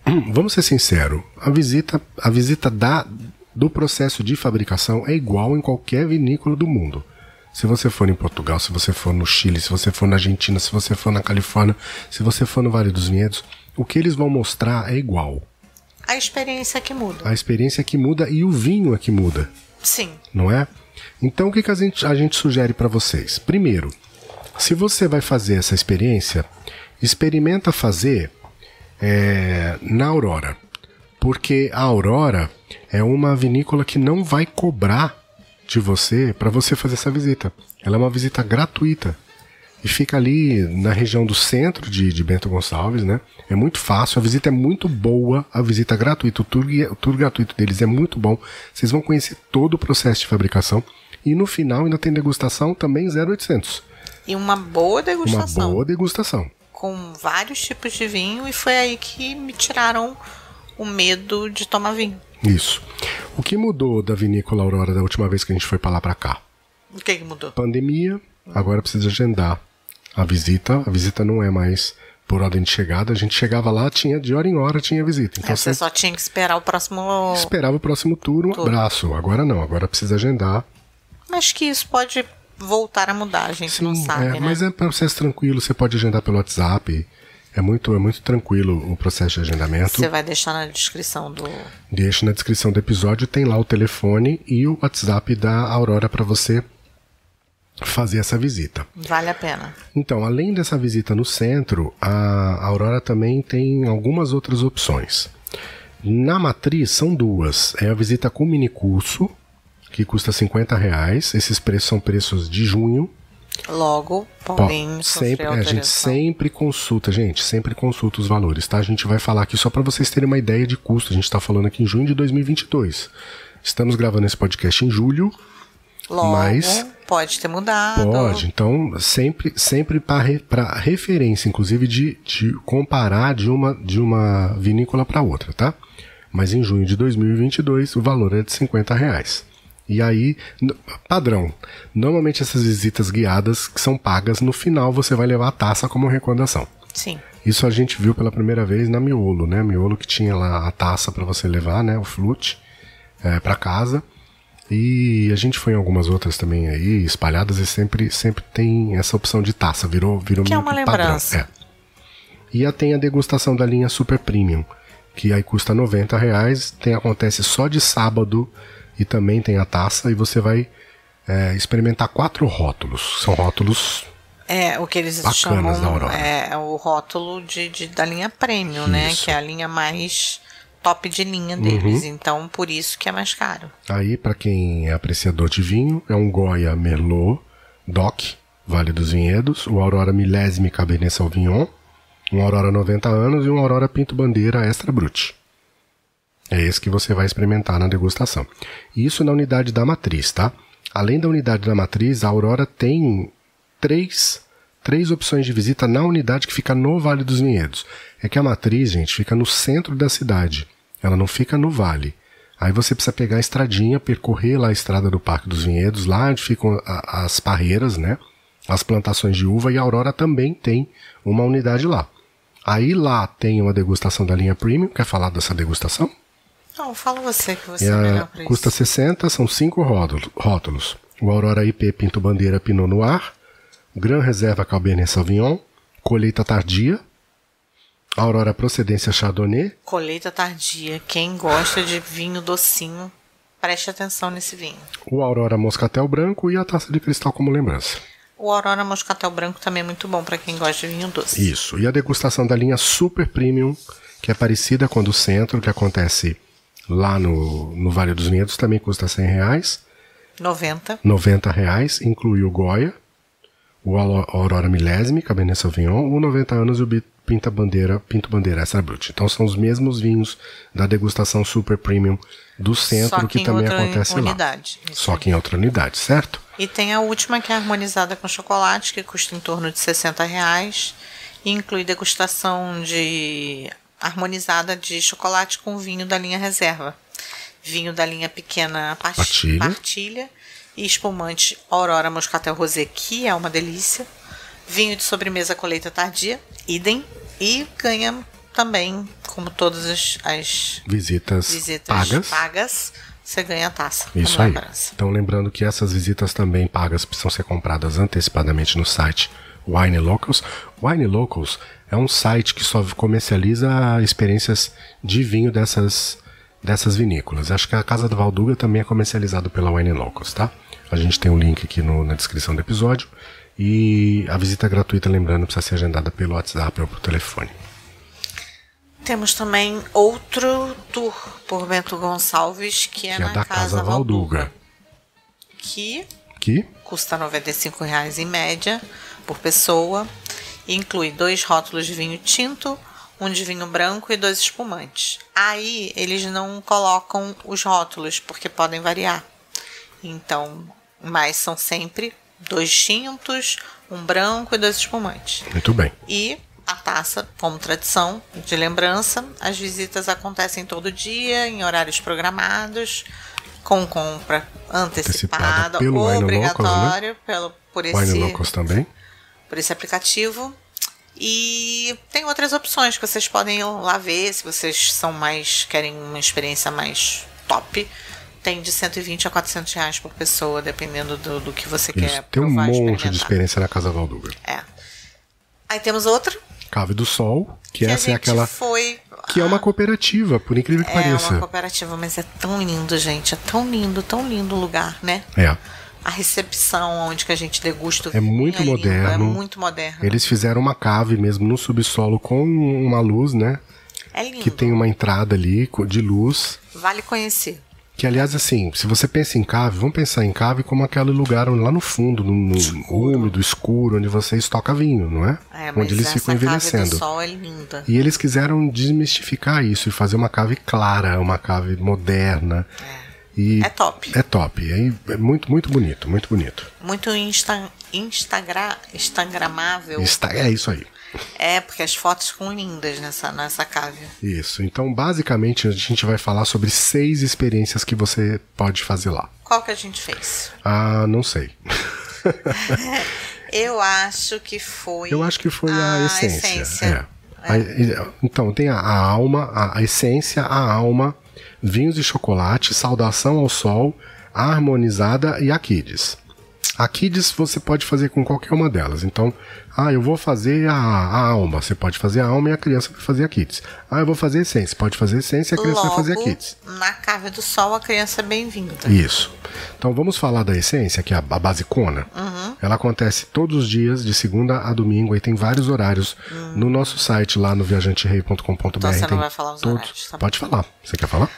A: Hum, Vamos ser sinceros, a visita, a visita da, do processo de fabricação é igual em qualquer vinícola do mundo. Se você for em Portugal, se você for no Chile, se você for na Argentina, se você for na Califórnia, se você for no Vale dos Vinhedos, o que eles vão mostrar é igual.
B: A experiência que muda.
A: A experiência é que muda e o vinho é que muda
B: Sim.
A: não é? Então o que, que a, gente, a gente sugere para vocês? Primeiro, se você vai fazer essa experiência, experimenta fazer é, na Aurora, porque a Aurora é uma vinícola que não vai cobrar de você para você fazer essa visita. Ela é uma visita gratuita e fica ali na região do centro de, de Bento Gonçalves, né? É muito fácil, a visita é muito boa, a visita é gratuita, o tour, guia- o tour gratuito deles é muito bom. Vocês vão conhecer todo o processo de fabricação e no final ainda tem degustação também 0800.
B: E uma boa
A: Uma
B: degustação.
A: boa degustação.
B: Com vários tipos de vinho, e foi aí que me tiraram o medo de tomar vinho.
A: Isso. O que mudou da vinícola Aurora da última vez que a gente foi para lá para cá?
B: O que, que mudou?
A: pandemia, agora precisa agendar a visita. A visita não é mais por ordem de chegada. A gente chegava lá, tinha de hora em hora tinha visita. Então
B: É, você
A: você
B: só tinha que esperar o próximo.
A: esperava o próximo turno, um abraço. Agora não, agora precisa agendar.
B: Mas que isso pode voltar a mudar, a gente não sabe,
A: é,
B: né?
A: mas é processo tranquilo, você pode agendar pelo WhatsApp. É muito, é muito tranquilo o processo de agendamento.
B: Você vai deixar na descrição do.
A: Deixo na descrição do episódio, tem lá o telefone e o WhatsApp da Aurora para você fazer essa visita.
B: Vale a pena.
A: Então, além dessa visita no centro, a Aurora também tem algumas outras opções. Na matriz são duas. É a visita com minicurso, que custa 50 reais. Esses preços são preços de junho.
B: Logo,
A: Bom,
B: Paulinho
A: sempre, é,
B: sofreu
A: a gente
B: alteração.
A: sempre consulta, gente, sempre consulta os valores, tá? A gente vai falar aqui só para vocês terem uma ideia de custo. A gente está falando aqui em junho de 2022. Estamos gravando esse podcast em julho.
B: Logo,
A: mas-
B: pode ter mudado.
A: Pode, então sempre sempre para referência, inclusive de, de comparar de uma de uma vinícola para outra, tá? Mas em junho de 2022 o valor é de 50 reais. E aí, n- padrão, normalmente essas visitas guiadas que são pagas, no final você vai levar a taça como recordação.
B: Sim.
A: Isso a gente viu pela primeira vez na Miolo, né? Miolo que tinha lá a taça para você levar, né? O flute é, para casa. E a gente foi em algumas outras também aí, espalhadas, e sempre, sempre tem essa opção de taça. Virou, virou
B: Que é
A: meio
B: uma
A: padrão.
B: lembrança.
A: É. E a, tem a degustação da linha Super Premium, que aí custa 90 reais, tem, acontece só de sábado e também tem a taça, e você vai é, experimentar quatro rótulos. São rótulos
B: É, o que eles
A: Bacanas da
B: chamam
A: Aurora.
B: é o rótulo de, de- da linha premium, né?
A: Isso. Uhum.
B: Que é a linha mais top de linha deles. Então, por isso que é mais caro.
A: Aí, para quem é apreciador de vinho, é um Goya Merlot DOC, Vale dos Vinhedos, o Aurora Milésime Cabernet Sauvignon, um Aurora 90 anos e um Aurora Pinto Bandeira Extra Brut. É esse que você vai experimentar na degustação. Isso na unidade da matriz, tá? Além da unidade da matriz, a Aurora tem três, três opções de visita na unidade que fica no Vale dos Vinhedos. É que a matriz, gente, fica no centro da cidade. Ela não fica no vale. Aí você precisa pegar a estradinha, percorrer lá a estrada do Parque dos Vinhedos, lá onde ficam a- as parreiras, né? As plantações de uva e a Aurora também tem uma unidade lá. Aí lá tem uma degustação da linha Premium. Quer falar dessa degustação?
B: Não, fala você que você
A: É,
B: é, melhor pra
A: custa
B: isso.
A: 60, são cinco rótulo- rótulos. O Aurora IP Pinto Bandeira Pinot Noir, Gran Reserva Cabernet Sauvignon, Colheita Tardia, Aurora Procedência Chardonnay,
B: Colheita tardia. Quem gosta de vinho docinho, preste atenção nesse vinho.
A: o Aurora Moscatel Branco e a Taça de Cristal como lembrança.
B: O Aurora Moscatel Branco também é muito bom pra quem gosta de vinho doce.
A: Isso. E a degustação da linha Super Premium, que é parecida com a do centro, que acontece lá no, no Vale dos Vinhedos, também custa 100 reais.
B: 90.
A: R$ 90 reais, inclui o Goya, o Alo- Aurora Milésime, Cabernet Sauvignon, o 90 anos e o Bi- Pinta Bandeira, Pinto Bandeira Extra Brut. Então são os mesmos vinhos da degustação super premium do centro que,
B: Só que em
A: também
B: outra
A: acontece
B: unidade.
A: lá. Só que em outra unidade, certo?
B: E tem a última que é harmonizada com chocolate, que custa em torno de 60 reais. E inclui degustação de harmonizada de chocolate com vinho da linha reserva. Vinho da linha pequena part-
A: Partilha.
B: partilha. E espumante Aurora Moscatel Rosé, que é uma delícia. Vinho de sobremesa colheita tardia, idem. E ganha também, como todas as, as
A: Visitas,
B: visitas
A: pagas.
B: pagas, você ganha a taça. como
A: Isso aí.
B: lembrança.
A: Então lembrando que essas visitas também pagas precisam ser compradas antecipadamente no site Wine Locals. Wine Locals é um site que só comercializa experiências de vinho dessas, dessas vinícolas. Acho que a Casa do Valduga também é comercializado pela Wine Locals, tá? A gente tem o link aqui no- na descrição do episódio. E a visita é gratuita, lembrando, precisa ser agendada pelo WhatsApp ou pelo telefone.
B: Temos também outro tour por Bento Gonçalves, que é
A: Que é
B: na
A: da Casa Valduga.
B: que
A: Que
B: custa R$ 95 reais em média por pessoa. E inclui dois rótulos de vinho tinto, um de vinho branco e dois espumantes. Aí eles não colocam os rótulos, porque podem variar. Então, mas são sempre dois tintos, um branco e dois espumantes.
A: muito bem.
B: E a taça, como tradição de lembrança, as visitas acontecem todo dia, em horários programados, com compra
A: Antecipada
B: antecipada,
A: pelo Wine né?
B: obrigatório pelo, por,
A: Wine
B: esse,
A: Locals também.
B: por esse aplicativo. E tem outras opções que vocês podem ir lá ver, se vocês são mais querem uma experiência mais top. Tem de 120 a 400 reais por pessoa, dependendo do, do que você
A: Isso.
B: quer
A: Tem um
B: provar,
A: monte de
B: experimentar.
A: experiência na Casa Valduga.
B: É. Aí temos outra,
A: Cave do Sol, que,
B: que
A: essa é
B: a gente
A: aquela
B: foi
A: que é uma cooperativa, por incrível que
B: é
A: pareça.
B: uma cooperativa, mas é tão lindo, gente. É tão lindo, tão lindo o lugar, né?
A: É.
B: A recepção onde que a gente degusta o
A: É muito
B: lindo,
A: moderno.
B: é muito moderno.
A: Eles fizeram uma cave mesmo no subsolo com uma luz, né?
B: É lindo.
A: Que tem uma entrada ali co- de luz.
B: Vale conhecer.
A: Que, aliás, assim, se você pensa em cave, vamos pensar em cave como aquele lugar lá no fundo, no, no úmido, escuro, onde você estoca vinho, não é?
B: É, mas
A: onde eles
B: essa
A: ficam
B: Cave
A: envelhecendo.
B: do sol é linda.
A: E eles quiseram desmistificar isso e fazer uma cave clara, uma cave moderna. E
B: É top.
A: É top. É, é muito, muito bonito, muito bonito.
B: Muito insta, Instagra, instagramável.
A: Está, é isso aí.
B: É, porque as fotos ficam lindas nessa, nessa cave.
A: Isso. Então, basicamente, a gente vai falar sobre seis experiências que você pode fazer lá.
B: Qual que a gente fez?
A: Ah, não sei.
B: Eu acho que foi.
A: Eu acho que foi a, essência. É. A- e- então, tem a, a alma, a, a essência, a alma, vinhos e chocolate, saudação ao sol, a harmonizada e a kids. A kids você pode fazer com qualquer uma delas. Então, ah, eu vou fazer a, a alma. Você pode fazer a alma e a criança vai fazer a kids. Ah, eu vou fazer a essência. Pode fazer a essência e a criança vai fazer a kids.
B: na Cave do Sol, a criança é bem-vinda.
A: Isso. Então vamos falar da essência, que é a, a basicona. Ela acontece todos os dias, de segunda a domingo, e tem vários horários no nosso site, lá no viajanterei.com.br.
B: Hum. Então você não
A: tem
B: vai falar os horários, tá bom.
A: Pode falar. Você quer falar?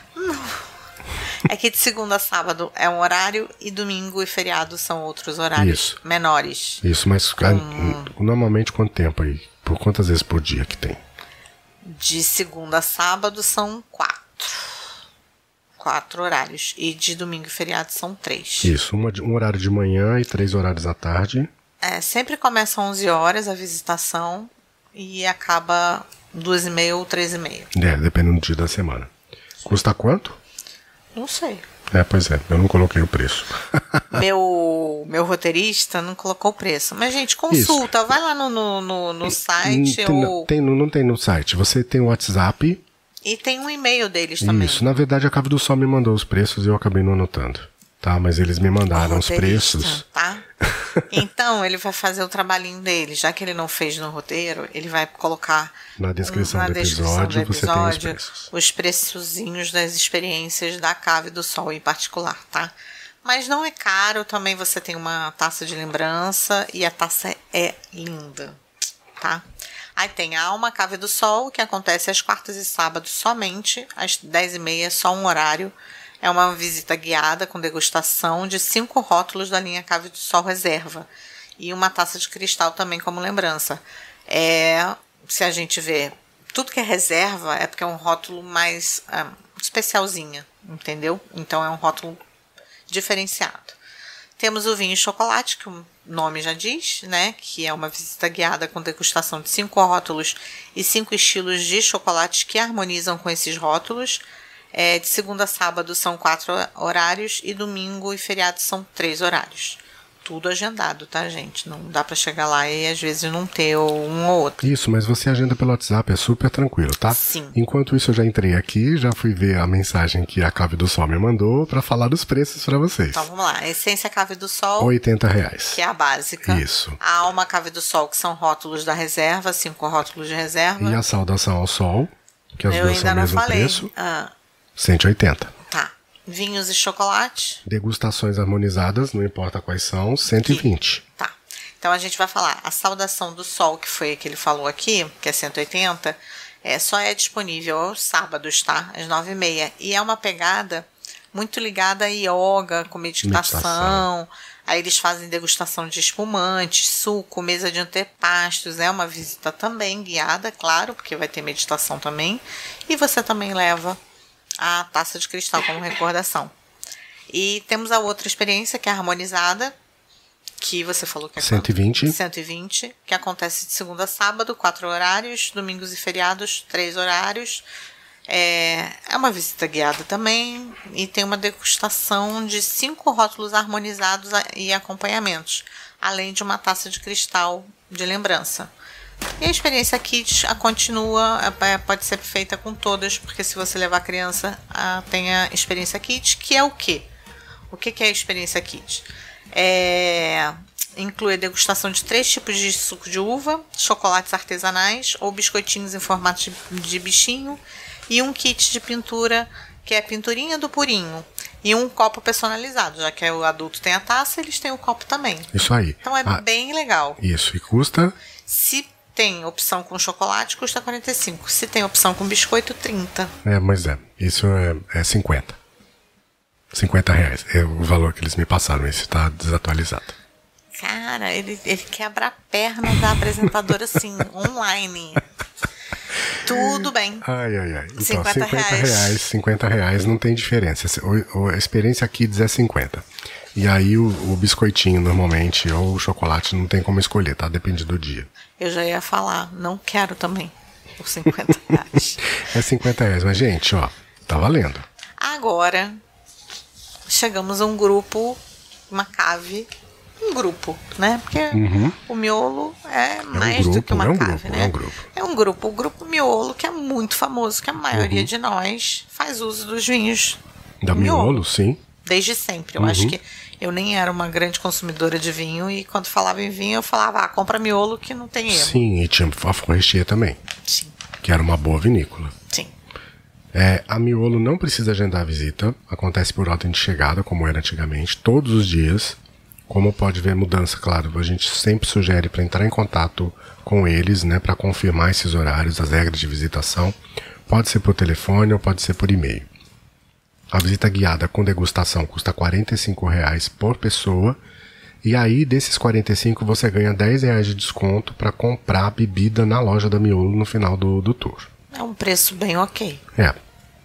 B: É que de segunda a sábado é um horário e domingo e feriado são outros horários
A: Isso.
B: menores.
A: Isso, mas ah,
B: Hum.
A: normalmente quanto tempo aí? Por quantas vezes por dia que tem?
B: De segunda a sábado são quatro. Quatro horários. E de domingo e feriado são três.
A: Isso, uma de- um horário de manhã e três horários à tarde.
B: É, sempre começa às 11 horas a visitação e acaba duas e meia ou três e meia.
A: É, dependendo do dia da semana. Custa quanto?
B: Não sei.
A: É, pois é, eu não coloquei o preço.
B: meu, meu roteirista não colocou o preço. Mas, gente, consulta. Vai lá no, no, no, no site
A: Não tem-
B: ou...
A: tem- não tem no site. Você tem o WhatsApp,
B: e tem um e-mail deles também.
A: Isso, na verdade a Cave do Sol me mandou os preços e eu acabei não anotando. Tá, mas eles me mandaram os
B: Roteirista,
A: preços.
B: Tá? Então, ele vai fazer o trabalhinho dele. Já que ele não fez no roteiro, ele vai colocar
A: Na descrição
B: um- na
A: do
B: descrição do
A: episódio, você tem os
B: episódio,
A: preços.
B: os preçozinhos das experiências da Cave do Sol em particular, tá? Mas não é caro, também você tem uma taça de lembrança e a taça é linda, tá? Aí tem a Alma Cave do Sol, que acontece às quartas e sábados somente, às 10h30, só um horário. É uma visita guiada com degustação de cinco rótulos da linha Cave do Sol Reserva e uma taça de cristal também como lembrança. É, se a gente vê tudo que é reserva é porque é um rótulo mais ah, especialzinho, entendeu? Então é um rótulo diferenciado. Temos o vinho e chocolate, que o nome já diz, né? Que é uma visita guiada com degustação de cinco rótulos e cinco estilos de chocolates que harmonizam com esses rótulos. É, de segunda a sábado são quatro horários e domingo e feriado são três horários. Tudo agendado, tá, gente? Não dá para chegar lá e às vezes não ter um ou outro.
A: Isso, mas você agenda pelo WhatsApp, é super tranquilo, tá?
B: Sim.
A: Enquanto isso, eu já entrei aqui, já fui ver a mensagem que a Cave do Sol me mandou para falar dos preços para vocês.
B: Então vamos lá. Essência Cave do Sol.
A: 80 reais.
B: que é a básica.
A: Isso.
B: A alma cave do sol, que são rótulos da reserva, cinco rótulos de reserva.
A: E a saudação ao sol, que as
B: Eu
A: duas são
B: ainda
A: o
B: não
A: mesmo
B: falei.
A: preço,
B: Ah,
A: 180.
B: tá. Vinhos e chocolate.
A: Degustações harmonizadas, não importa quais são, 120.
B: Tá. Então a gente vai falar. A saudação do sol, que foi a que ele falou aqui, que é 180, é, só é disponível aos sábados, tá? Às 9h30. E é uma pegada muito ligada a yoga, com meditação.
A: Meditação.
B: Aí eles fazem degustação de espumantes, suco, mesa de antepastos. É uma visita também guiada, claro, porque vai ter meditação também. E você também leva a taça de cristal como recordação. E temos a outra experiência, que é a harmonizada, que você falou que é quanto?
A: 120.
B: 120, que acontece de segunda a sábado, quatro horários, domingos e feriados, três horários. É, é uma visita guiada também e tem uma degustação de cinco rótulos harmonizados a- e acompanhamentos, além de uma taça de cristal de lembrança. E a experiência kids a continua, é, é, pode ser feita com todas, porque se você levar a criança, a- tem a experiência kids, que é o quê? O que, que é a experiência kit? É, inclui a degustação de três tipos de suco de uva, chocolates artesanais ou biscoitinhos em formato de, de bichinho e um kit de pintura que é a pinturinha do purinho e um copo personalizado, já que é o adulto tem a taça, eles têm o copo também.
A: Isso aí.
B: Então é
A: Ah,
B: bem legal.
A: Isso, e custa
B: Se tem opção com chocolate, custa 45. Se tem opção com biscoito, 30.
A: É, mas é. Isso é, é 50. 50 reais é o valor que eles me passaram. Esse tá desatualizado.
B: Cara, ele, ele quebra a perna da apresentadora, assim, online. Tudo bem.
A: Ai, ai, ai. Então, 50,
B: 50
A: reais.
B: reais.
A: 50 reais não tem diferença. Esse- o- o- a experiência Kids é 50. E aí o, o biscoitinho, normalmente, ou o chocolate, não tem como escolher, tá? Depende do dia.
B: Eu já ia falar, não quero também os 50 reais.
A: É 50 reais. Mas, gente, ó, tá valendo.
B: Agora, chegamos a um grupo, uma cave, um grupo, né? Porque o miolo é mais do que
A: grupo,
B: uma
A: é Uhum. um
B: cave,
A: grupo,
B: né?
A: é um grupo.
B: É um grupo, o grupo miolo, que é muito famoso, que a
A: Uhum.
B: maioria de nós faz uso dos vinhos
A: Da miolo, sim.
B: desde sempre. Eu
A: Uhum.
B: acho que eu nem era uma grande consumidora de vinho e quando falava em vinho eu falava, ah, compra miolo que não tem erro.
A: Sim, e tinha a Forestier também,
B: Sim,
A: que era uma boa vinícola.
B: sim.
A: É, a Miolo não precisa agendar a visita, acontece por ordem de chegada, como era antigamente, todos os dias. Como pode ver mudança, claro, a gente sempre sugere para entrar em contato com eles, né, para confirmar esses horários, as regras de visitação. Pode ser por telefone ou pode ser por e-mail. A visita guiada com degustação custa R$ 45 reais por pessoa. E aí, desses 45, você ganha R$ 10 reais de desconto para comprar a bebida na loja da Miolo no final do, do tour.
B: É um preço bem ok.
A: É,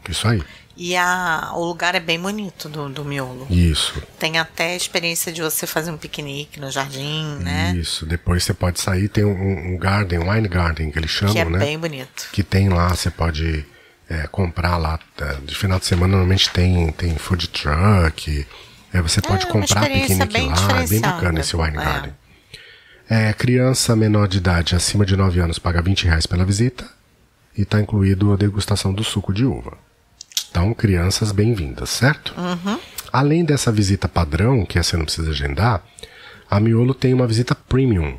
A: isso aí.
B: E a, o lugar é bem bonito do, do miolo.
A: Isso,
B: Tem até a experiência de você fazer um piquenique no jardim, né?
A: isso. Depois você pode sair, tem um, um garden, wine garden que eles chamam,
B: que é
A: né?
B: bem bonito.
A: Que tem lá, você pode é, comprar lá. tá? De final de semana normalmente tem, tem food truck. é, você pode
B: uma
A: comprar
B: experiência
A: piquenique
B: bem
A: lá. É bem bacana
B: diferenciada.
A: esse wine
B: É.
A: garden. É, criança menor de idade, acima de 9 anos, paga 20 reais pela visita. E está incluído a degustação do suco de uva. Então, crianças bem-vindas, certo? Além dessa visita padrão, que essa não precisa agendar, a Miolo tem uma visita premium,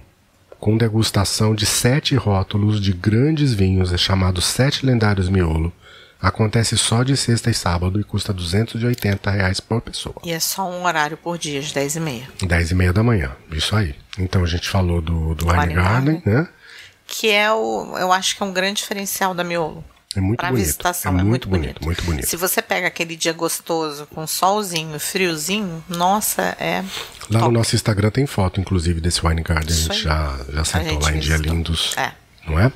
A: com degustação de sete rótulos de grandes vinhos, é chamado Sete Lendários Miolo. Acontece só de sexta e sábado e custa R$ 280 reais por pessoa.
B: E é só um horário por dia, às 10 e meia.
A: 10 e meia da manhã, isso aí. Então a gente falou do, do Wine
B: Wine
A: Garden, né?
B: Que é o. Eu acho que é um grande diferencial da miolo.
A: É muito
B: pra
A: bonito.
B: visitação.
A: é,
B: É,
A: muito bonito, muito bonito.
B: Se você pega aquele dia gostoso, com solzinho, friozinho, nossa, é.
A: Lá no
B: top.
A: nosso Instagram tem foto, inclusive, desse Wine Garden. A
B: Isso
A: gente
B: aí.
A: já, já sentou
B: gente
A: tá lá em Dia
B: visitou.
A: Lindos.
B: É.
A: Não é?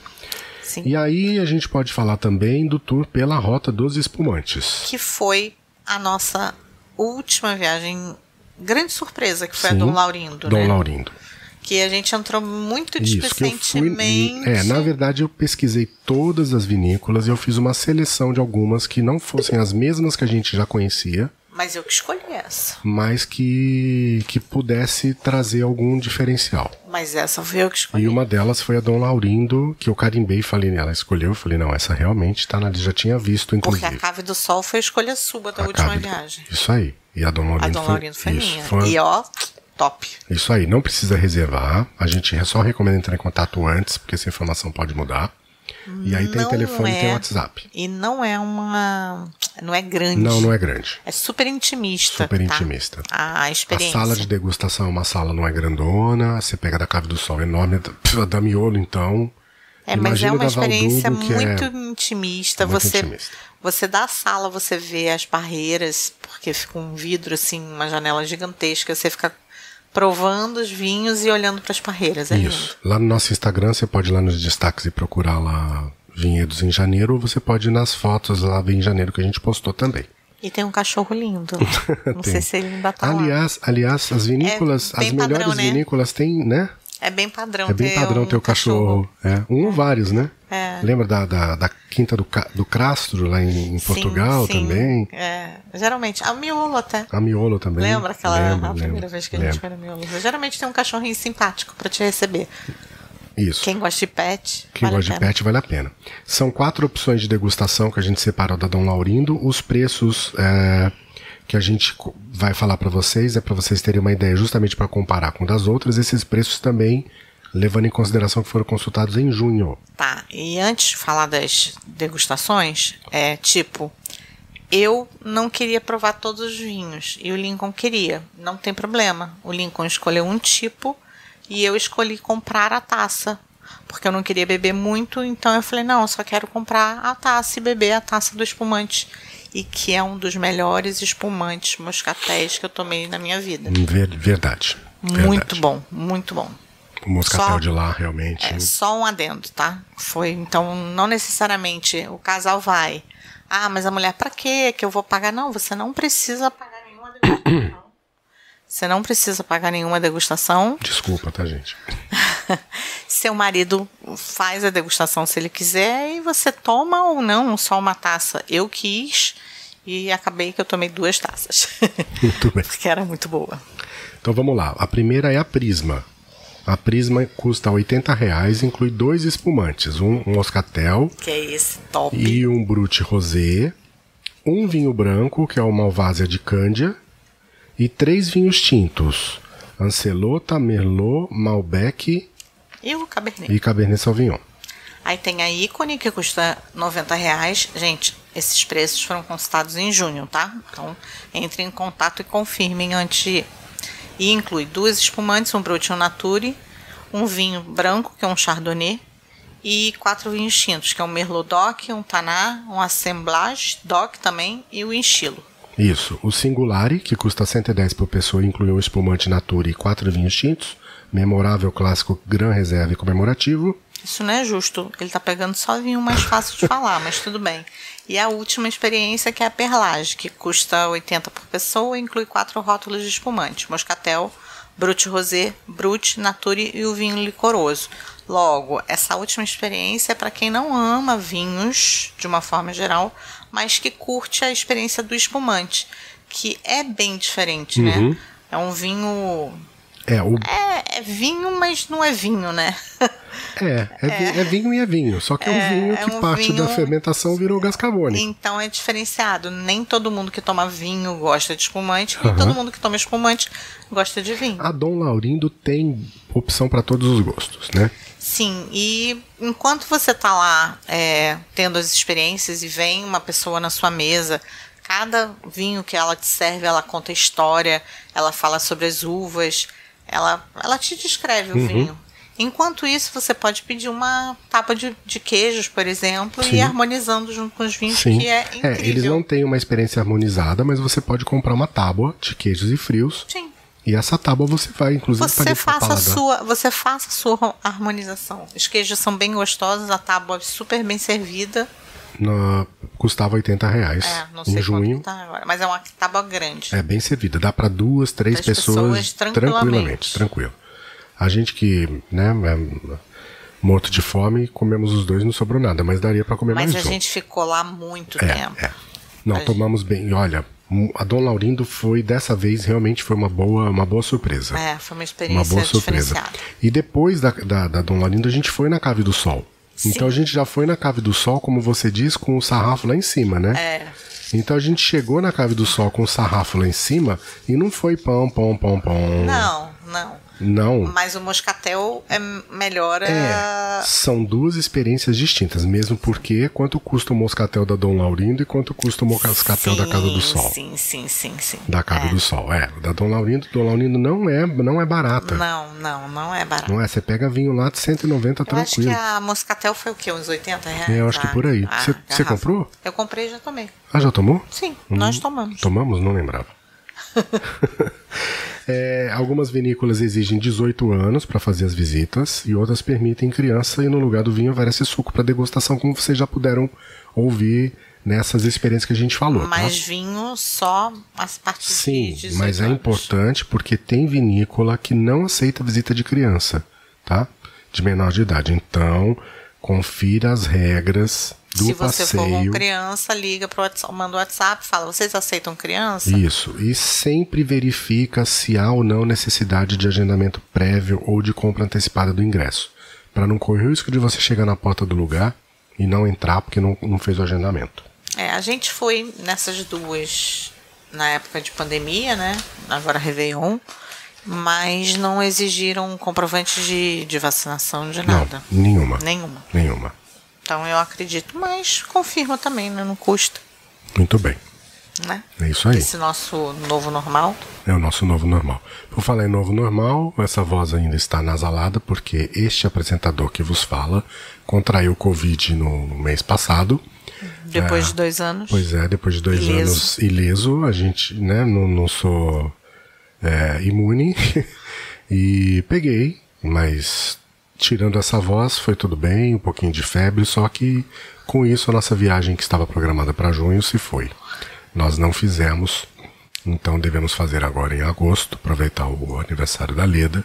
B: Sim.
A: E aí a gente pode falar também do tour pela Rota dos Espumantes.
B: que foi a nossa última viagem, grande surpresa, que foi
A: Sim.
B: a É Dom Laurindo,
A: Dom
B: né?
A: Laurindo.
B: Que a gente entrou muito
A: Isso, que eu fui.
B: displicentemente.
A: É, na verdade eu pesquisei todas as vinícolas e eu fiz uma seleção de algumas que não fossem as mesmas que a gente já conhecia,
B: Mas eu que escolhi essa.
A: mas que, que pudesse trazer algum diferencial.
B: Mas essa foi eu que escolhi.
A: E uma delas foi a Dom Laurindo, que eu carimbei e falei, ela escolheu, eu falei, não, essa realmente tá na lista, já tinha visto,
B: Porque
A: inclusive.
B: a Cave do Sol foi a escolha sua da
A: A
B: última
A: Cave-
B: viagem.
A: Isso aí. E a Dom Laurindo,
B: A Dom Laurindo foi
A: isso,
B: minha.
A: foi-
B: E ó, top.
A: Isso aí, não precisa reservar. A gente é só recomenda entrar em contato antes, porque essa informação pode mudar. E aí tem
B: Não
A: telefone e
B: é.
A: tem WhatsApp.
B: E não é uma. Não é grande.
A: Não, não é grande.
B: É super intimista.
A: Super
B: tá?
A: intimista.
B: A
A: A
B: experiência.
A: sala de degustação é uma sala não é grandona, você pega da Cave do Sol é enorme, da- pff, da Miolo então.
B: É, mas
A: Imagina
B: é uma
A: da Valdugo,
B: experiência
A: que é
B: muito intimista.
A: muito
B: você,
A: intimista.
B: você dá a sala, você vê as barreiras, porque fica um vidro assim, uma janela gigantesca. Você fica provando os vinhos e olhando para as barreiras. É lindo.
A: Isso. Lá no nosso Instagram, você pode ir lá nos destaques e procurar lá Vinhedos em Janeiro, ou você pode ir nas fotos lá em Janeiro que a gente postou também.
B: E tem um cachorro lindo. Não
A: Tem.
B: sei se ele ainda tá lá.
A: aliás, aliás, as vinícolas,
B: É bem
A: as melhores
B: padrão, né?
A: vinícolas têm, né?
B: É bem padrão.
A: É bem padrão
B: um
A: ter o cachorro. É, um ou vários, né?
B: É.
A: Lembra da, da, da Quinta do, Ca- do Castro, lá em, em
B: Sim,
A: Portugal
B: sim.
A: também?
B: É, geralmente. A miolo até.
A: A Miolo também.
B: Lembra aquela a
A: Lembro,
B: primeira
A: lembro,
B: vez que a
A: lembro.
B: gente foi na miolo? Geralmente tem um cachorrinho simpático para te receber.
A: Isso.
B: Quem gosta de pet.
A: Quem
B: vale a
A: gosta de
B: pena.
A: pet vale a pena. São quatro opções de degustação que a gente separou da Dom Laurindo. Os preços é, que a gente co- vai falar para vocês é para vocês terem uma ideia, justamente para comparar com das outras. Esses preços também levando em consideração que foram consultados em junho.
B: Tá, e antes de falar das degustações, é tipo, eu não queria provar todos os vinhos e o Lincoln queria. Não tem problema. O Lincoln escolheu um tipo e eu escolhi comprar a taça. Porque eu não queria beber muito, então eu falei: não, eu só quero comprar a taça e beber a taça do espumante. E que é um dos melhores espumantes moscatéis que eu tomei na minha vida.
A: Ver- verdade.
B: Muito
A: Hum. verdade.
B: bom, muito bom.
A: O moscatel
B: Só-
A: de lá realmente.
B: É, só um adendo, tá? Foi, então, não necessariamente o casal vai. Ah, mas a mulher, pra quê que eu vou pagar? Não, você não precisa pagar nenhuma degustação. Você não precisa pagar nenhuma degustação.
A: Desculpa, tá, gente?
B: Seu marido faz a degustação se ele quiser e você toma ou não só uma taça. Eu quis e acabei que eu tomei duas taças.
A: Muito bem.
B: Porque era muito boa.
A: Então vamos lá. A primeira é a Prisma. A Prisma custa R$ 80 reais, inclui dois espumantes, um moscatel
B: Que é esse top.
A: e um Brut Rosé, um vinho branco, que é o Malvasia de Cândia, e três vinhos tintos, Ancelota, Merlot, Malbec
B: E o Cabernet.
A: e Cabernet Sauvignon.
B: Aí tem a ícone que custa R$ 90 reais. Gente, esses preços foram consultados em junho, tá? Então entrem em contato e confirmem antes de ir. E inclui duas espumantes, um Brut e um Nature, um vinho branco, que é um Chardonnay, e quatro vinhos tintos, que é um Merlot DOC, um Taná, um Assemblage DOC também e o Enchilo.
A: Isso, o Singulari, que custa 110 por pessoa, inclui um espumante Natura e quatro vinhos tintos, memorável clássico Gran Reserva e comemorativo,
B: Isso não é justo. Ele tá pegando só vinho mais fácil de falar, mas tudo bem. E a última experiência que é a Perlage, que custa 80 por pessoa e inclui quatro rótulos de espumante: Moscatel, Brut Rosé, Brut, Nature e o vinho licoroso. Logo, essa última experiência é para quem não ama vinhos de uma forma geral, mas que curte a experiência do espumante, que é bem diferente, né? É um vinho.
A: É, o,
B: É, é vinho, mas não é vinho, né?
A: é, é, vi- é vinho e é vinho. Só que é, um vinho
B: é
A: que
B: um
A: parte da
B: vinho-
A: fermentação virou gás carbônico.
B: Então é diferenciado. Nem todo mundo que toma vinho gosta de espumante, nem
A: Aham.
B: todo mundo que toma espumante gosta de vinho.
A: A Dom Laurindo tem opção para todos os gostos, né?
B: Sim, e enquanto você tá lá é, tendo as experiências e vem uma pessoa na sua mesa, cada vinho que ela te serve, ela conta
A: Uhum.
B: história, ela fala sobre as uvas, ela, ela te descreve o vinho. Enquanto isso, você pode pedir uma tapa de, de queijos, por exemplo, e
A: Sim.
B: ir harmonizando junto com os vinhos,
A: Sim.
B: que é incrível.
A: eles não têm uma experiência harmonizada, mas você pode comprar uma tábua de queijos e frios.
B: Sim.
A: E essa tábua você vai, inclusive,
B: Você
A: parecer
B: faça, a
A: paladar.
B: sua, você faça a sua harmonização. Os queijos são bem gostosos, a tábua é super bem servida.
A: Na- Custava 80 reais
B: É, não sei
A: em
B: quanto
A: junho.
B: tá agora, mas é uma tábua grande.
A: É bem servida. Dá pra duas, três
B: Três
A: pessoas,
B: pessoas tranquilamente.
A: tranquilamente. Tranquilo. A gente que, né, é morto de fome, comemos os dois, não sobrou nada, mas daria pra comer
B: mas a
A: mais um.
B: gente ficou lá muito tempo.
A: É, é. Não,
B: Mas-
A: tomamos bem. E Olha, a Dom Laurindo foi, dessa vez, realmente foi uma boa, uma boa surpresa.
B: É, foi uma
A: Uma
B: experiência
A: boa surpresa.
B: diferenciada.
A: E depois da, da, da Dom Laurindo, a gente foi na Cave do Sol.
B: Sim.
A: Então a gente já foi na Cave do Sol, como você diz, com o sarrafo lá em cima, né?
B: É.
A: Então a gente chegou na Cave do Sol com o sarrafo lá em cima e não foi pão, pão, pão, pão.
B: Não, não.
A: Não.
B: Mas o moscatel é melhor.
A: É,
B: É.
A: são duas experiências distintas, mesmo porque quanto custa o moscatel da Dom Laurindo e quanto custa o moscatel da Casa do Sol.
B: Sim, sim, sim, sim.
A: Da Casa
B: É.
A: do Sol, é. Da Dom Laurindo, Dom Laurindo não é, não é barata. Não.
B: Não, não, não é barato.
A: é, você pega vinho lá de 190
B: Eu acho que é
A: tranquilo.
B: a moscatel foi o quê? Uns 80 reais?
A: É, eu acho que
B: a-
A: por aí.
B: a
A: Você- você
B: garrafa.
A: comprou?
B: Eu comprei e já tomei.
A: Ah, já tomou?
B: Sim, nós tomamos.
A: Tomamos? Não lembrava. É, algumas vinícolas exigem 18 anos para fazer as visitas e outras permitem criança e no lugar do vinho oferece suco para degustação, como vocês já puderam ouvir nessas experiências que a gente falou. tá?
B: Mas vinho só as partes
A: Sim,
B: de 18
A: mas é
B: anos.
A: importante porque tem vinícola que não aceita visita de criança, tá? De menor de idade. Então, confira as regras do
B: Se você
A: passeio.
B: for com criança, liga pro WhatsApp, manda o WhatsApp, fala, vocês aceitam criança?
A: Isso. E sempre verifica se há ou não necessidade de agendamento prévio ou de compra antecipada do ingresso. Para não correr o risco de você chegar na porta do lugar e não entrar porque não, não fez o agendamento.
B: É, a gente foi nessas duas na época de pandemia, né? Agora Réveillon, mas não exigiram comprovante de, de vacinação de nada.
A: Não, nenhuma.
B: Nenhuma.
A: Nenhuma.
B: Então eu acredito, mas confirma também, né? Não custa,
A: Muito bem.
B: né?
A: É isso aí.
B: Esse nosso novo normal.
A: É o nosso novo normal. Por falar em novo normal, essa voz ainda está nasalada porque este apresentador que vos fala contraiu Covid no no mês passado.
B: Depois de dois anos.
A: Pois é, depois de dois
B: Ileso.
A: anos ileso, a gente, né, não, não sou é, imune. e peguei, mas tirando essa voz, foi tudo bem, um pouquinho de febre, só que com isso a nossa viagem que estava programada para junho se foi. Nós não fizemos, então devemos fazer agora em agosto, aproveitar o aniversário da Leda.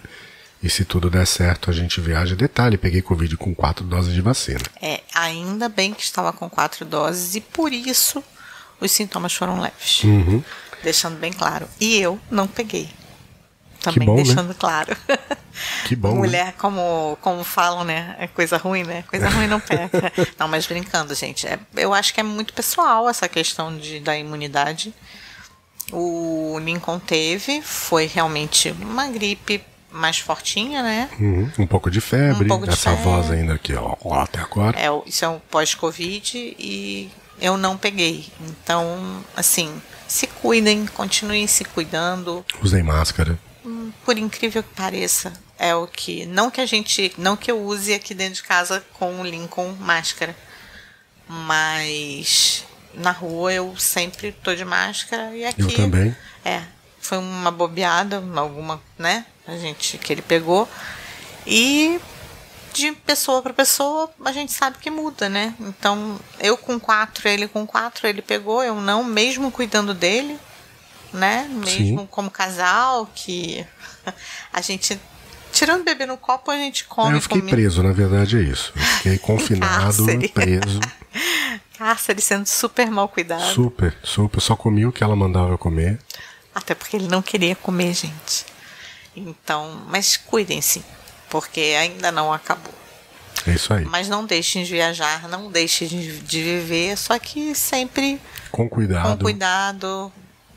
A: E se tudo der certo, a gente viaja. Detalhe, peguei Covid com quatro doses de vacina.
B: É, ainda bem que estava com quatro doses e por isso os sintomas foram leves.
A: Uhum.
B: Deixando bem claro. E eu não peguei. Também
A: bom, né?
B: deixando claro.
A: Que bom, né?
B: Mulher, como, como falam, né? É coisa ruim, né? Coisa ruim não pega. não, mas brincando, gente. é- eu acho que é muito pessoal essa questão de, da imunidade. O Lincoln teve, foi realmente uma gripe mais fortinha, né?
A: Uhum, Um pouco de febre,
B: Um pouco de
A: essa
B: febre.
A: voz ainda aqui, ó, ó, até agora.
B: É, o- isso é um pós-Covid e eu não peguei. Então, assim, se cuidem, continuem se cuidando. Hum,
A: Usei máscara.
B: Por incrível que pareça, é o que. Não que a gente. Não que eu use aqui dentro de casa com o Lincoln máscara. Mas na rua eu sempre tô de máscara e aqui.
A: Eu também.
B: É. Foi uma bobeada, alguma, né? A gente que ele pegou. E de pessoa para pessoa, a gente sabe que muda, né? Então, eu com quatro, ele com quatro, ele pegou, eu não, mesmo cuidando dele, né? Mesmo
A: Sim.
B: como casal, que a gente. Tirando o bebê no copo, a gente come
A: eu fiquei
B: comida.
A: preso, na verdade é isso. Eu fiquei confinado,
B: cárcere.
A: preso,
B: Cárcere sendo super mal cuidado.
A: super, super. Só comi o que ela mandava eu comer.
B: Até porque ele não queria comer, gente. Então, mas cuidem-se, porque ainda não acabou.
A: É isso aí.
B: Mas não deixem de viajar, não deixem de, de viver, só que sempre
A: Com cuidado.
B: com cuidado,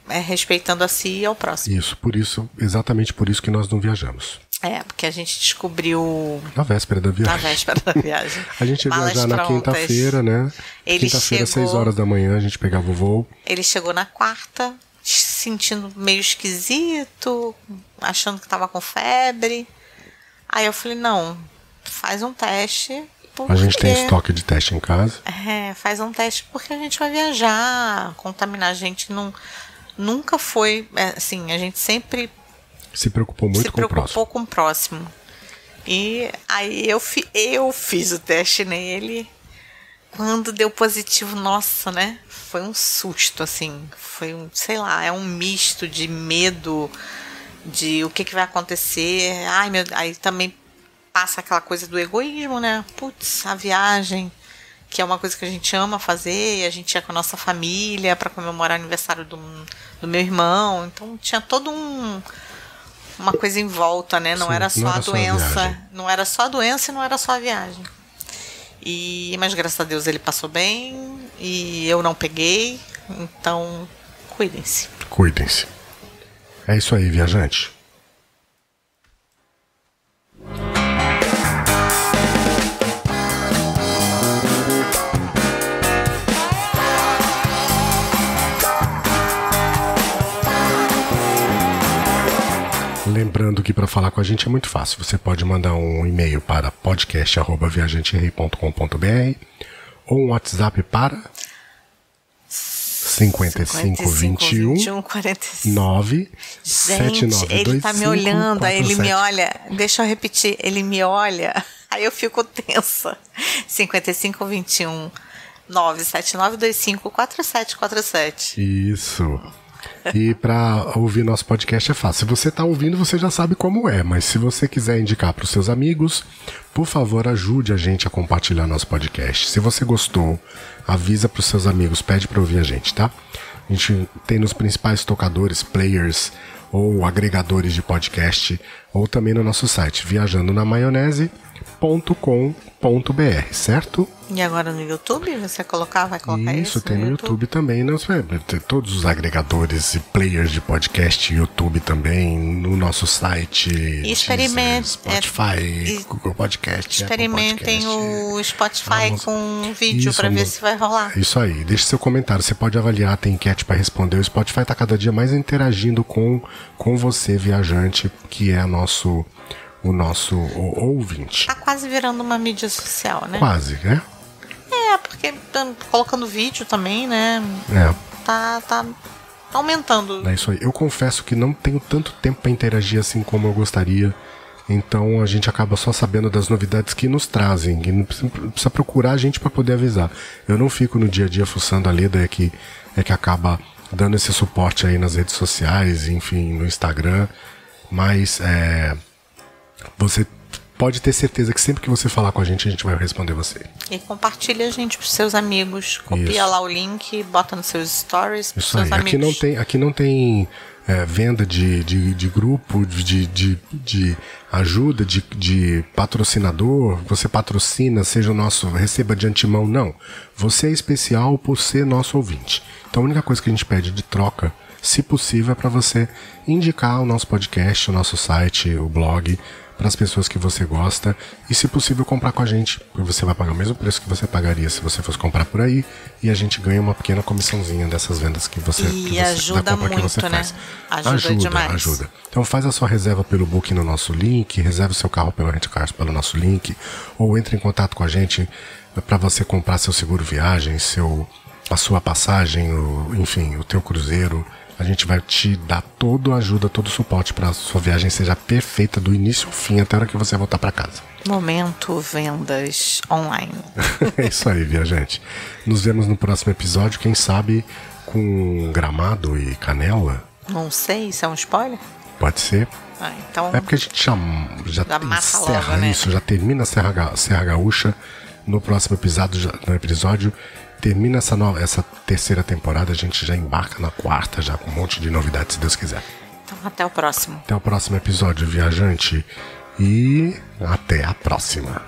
B: é, respeitando a si e ao próximo.
A: Isso, por isso, exatamente por isso que nós não viajamos.
B: É, porque a gente descobriu
A: Na véspera da viagem.
B: na véspera da viagem.
A: A gente ia
B: Malas
A: viajar na
B: prontas.
A: quinta-feira, né?
B: Ele
A: Quinta-feira,
B: chegou-
A: seis horas da manhã, a gente pegava o voo.
B: Ele chegou na quarta, se sentindo meio esquisito, achando que estava com febre. Aí eu falei, não, faz um teste. Porque...
A: A gente tem estoque de teste em casa.
B: É, faz um teste porque a gente vai viajar, contaminar. A gente não, nunca foi, assim, a gente sempre
A: Se preocupou muito
B: se
A: com o
B: preocupou
A: próximo.
B: com o próximo. E aí eu, fi, eu fiz o teste nele. Quando deu positivo, nossa, né? Foi um susto, assim. Foi um, sei lá, é um misto de medo, de o que, que vai acontecer. Ai, meu, aí também passa aquela coisa do egoísmo, né? Putz, a viagem, que é uma coisa que a gente ama fazer, e a gente ia com a nossa família para comemorar o aniversário do, do meu irmão. Então tinha todo um uma coisa em volta, né? Não
A: Sim,
B: era só
A: não
B: a
A: era só a
B: doença,
A: viagem.
B: não era só a doença e não era só a viagem. E mas graças a Deus ele passou bem e eu não peguei, então cuidem-se.
A: Cuidem-se. É isso aí, viajante. Lembrando que para falar com a gente é muito fácil. Você pode mandar um e-mail para podcast@viajanterei.com.br ou um WhatsApp para 5521
B: 21, 45.
A: 9
B: Gente, ele tá me olhando, aí ele me olha. Deixa eu repetir, ele me olha, aí eu fico tensa. 5521 97925 4747.
A: Isso. E pra ouvir nosso podcast é fácil. Se você tá ouvindo, você já sabe como é, mas se você quiser indicar pros seus amigos, por favor, ajude a gente a compartilhar nosso podcast. Se você gostou, avisa pros seus amigos, pede pra ouvir a gente, tá? A gente tem nos principais tocadores, players ou agregadores de podcast, ou também no nosso site viajando na maionese.com.br, certo?
B: E agora no YouTube? Você colocar, vai colocar isso?
A: Isso, tem no YouTube, também. Né? Você vai ter Todos os agregadores e players de podcast, YouTube também, no nosso site.
B: Experimente-
A: Deezer, Spotify,
B: é, e-
A: Google Podcast. Apple
B: Experimentem
A: Podcast.
B: o Spotify
A: Amazon.
B: com vídeo
A: Isso,
B: pra ver
A: amor.
B: se vai rolar.
A: Isso aí, deixe seu comentário. Você pode avaliar, tem enquete para responder. O Spotify tá cada dia mais interagindo com, com você, viajante, que é nosso, o nosso o- ouvinte.
B: Tá quase virando uma mídia social, né?
A: Quase, né?
B: É, porque tá colocando vídeo também, né?
A: É.
B: Tá, tá aumentando.
A: É isso aí. Eu confesso que não tenho tanto tempo pra interagir assim como eu gostaria. Então a gente acaba só sabendo das novidades que nos trazem. E não precisa, precisa procurar a gente pra poder avisar. Eu não fico no dia a dia fuçando a Leda, é que, é que acaba dando esse suporte aí nas redes sociais, enfim, no Instagram. Mas é, você pode ter certeza que sempre que você falar com a gente, a gente vai responder você.
B: E compartilha, gente, pros seus amigos. Copia
A: Isso.
B: lá o link, bota nos seus stories pros
A: Isso
B: seus
A: aí.
B: amigos.
A: Aqui não tem, aqui não tem é, venda de, de, de grupo, de, de, de ajuda, de, de patrocinador. Você patrocina, seja o nosso, receba de antemão. Não. Você é especial por ser nosso ouvinte. Então a única coisa que a gente pede de troca, se possível, é para você indicar o nosso podcast, o nosso site, o blog para as pessoas que você gosta e, se possível, comprar com a gente. porque Você vai pagar o mesmo preço que você pagaria se você fosse comprar por aí e a gente ganha uma pequena comissãozinha dessas vendas que você, É, que
B: E
A: você- da
B: ajuda
A: compra que
B: muito,
A: você
B: né?
A: faz.
B: Ajuda demais.
A: Ajuda. Então faz a sua reserva pelo book no nosso link, reserve seu carro pelo Rentcars pelo nosso link ou entre em contato com a gente para você comprar seu seguro viagem, seu a sua passagem, o, enfim, o teu cruzeiro. A gente vai te dar toda a ajuda, todo o suporte para sua viagem seja perfeita do início ao fim até a hora que você voltar para casa.
B: Momento vendas online.
A: é isso aí, viajante. Nos vemos no próximo episódio, quem sabe com gramado e canela.
B: Não sei, isso é um spoiler?
A: Pode ser.
B: Ah, então.
A: É porque a gente já, já,
B: Já mata logo,
A: encerra
B: né?
A: isso, já termina a Serra, Ga- Serra Gaúcha no próximo episódio, já- no episódio. Termina essa, nova, essa terceira temporada, a gente já embarca na quarta, já com um monte de novidades, se Deus quiser.
B: Então até o próximo.
A: Até o próximo episódio, viajante. E até a próxima.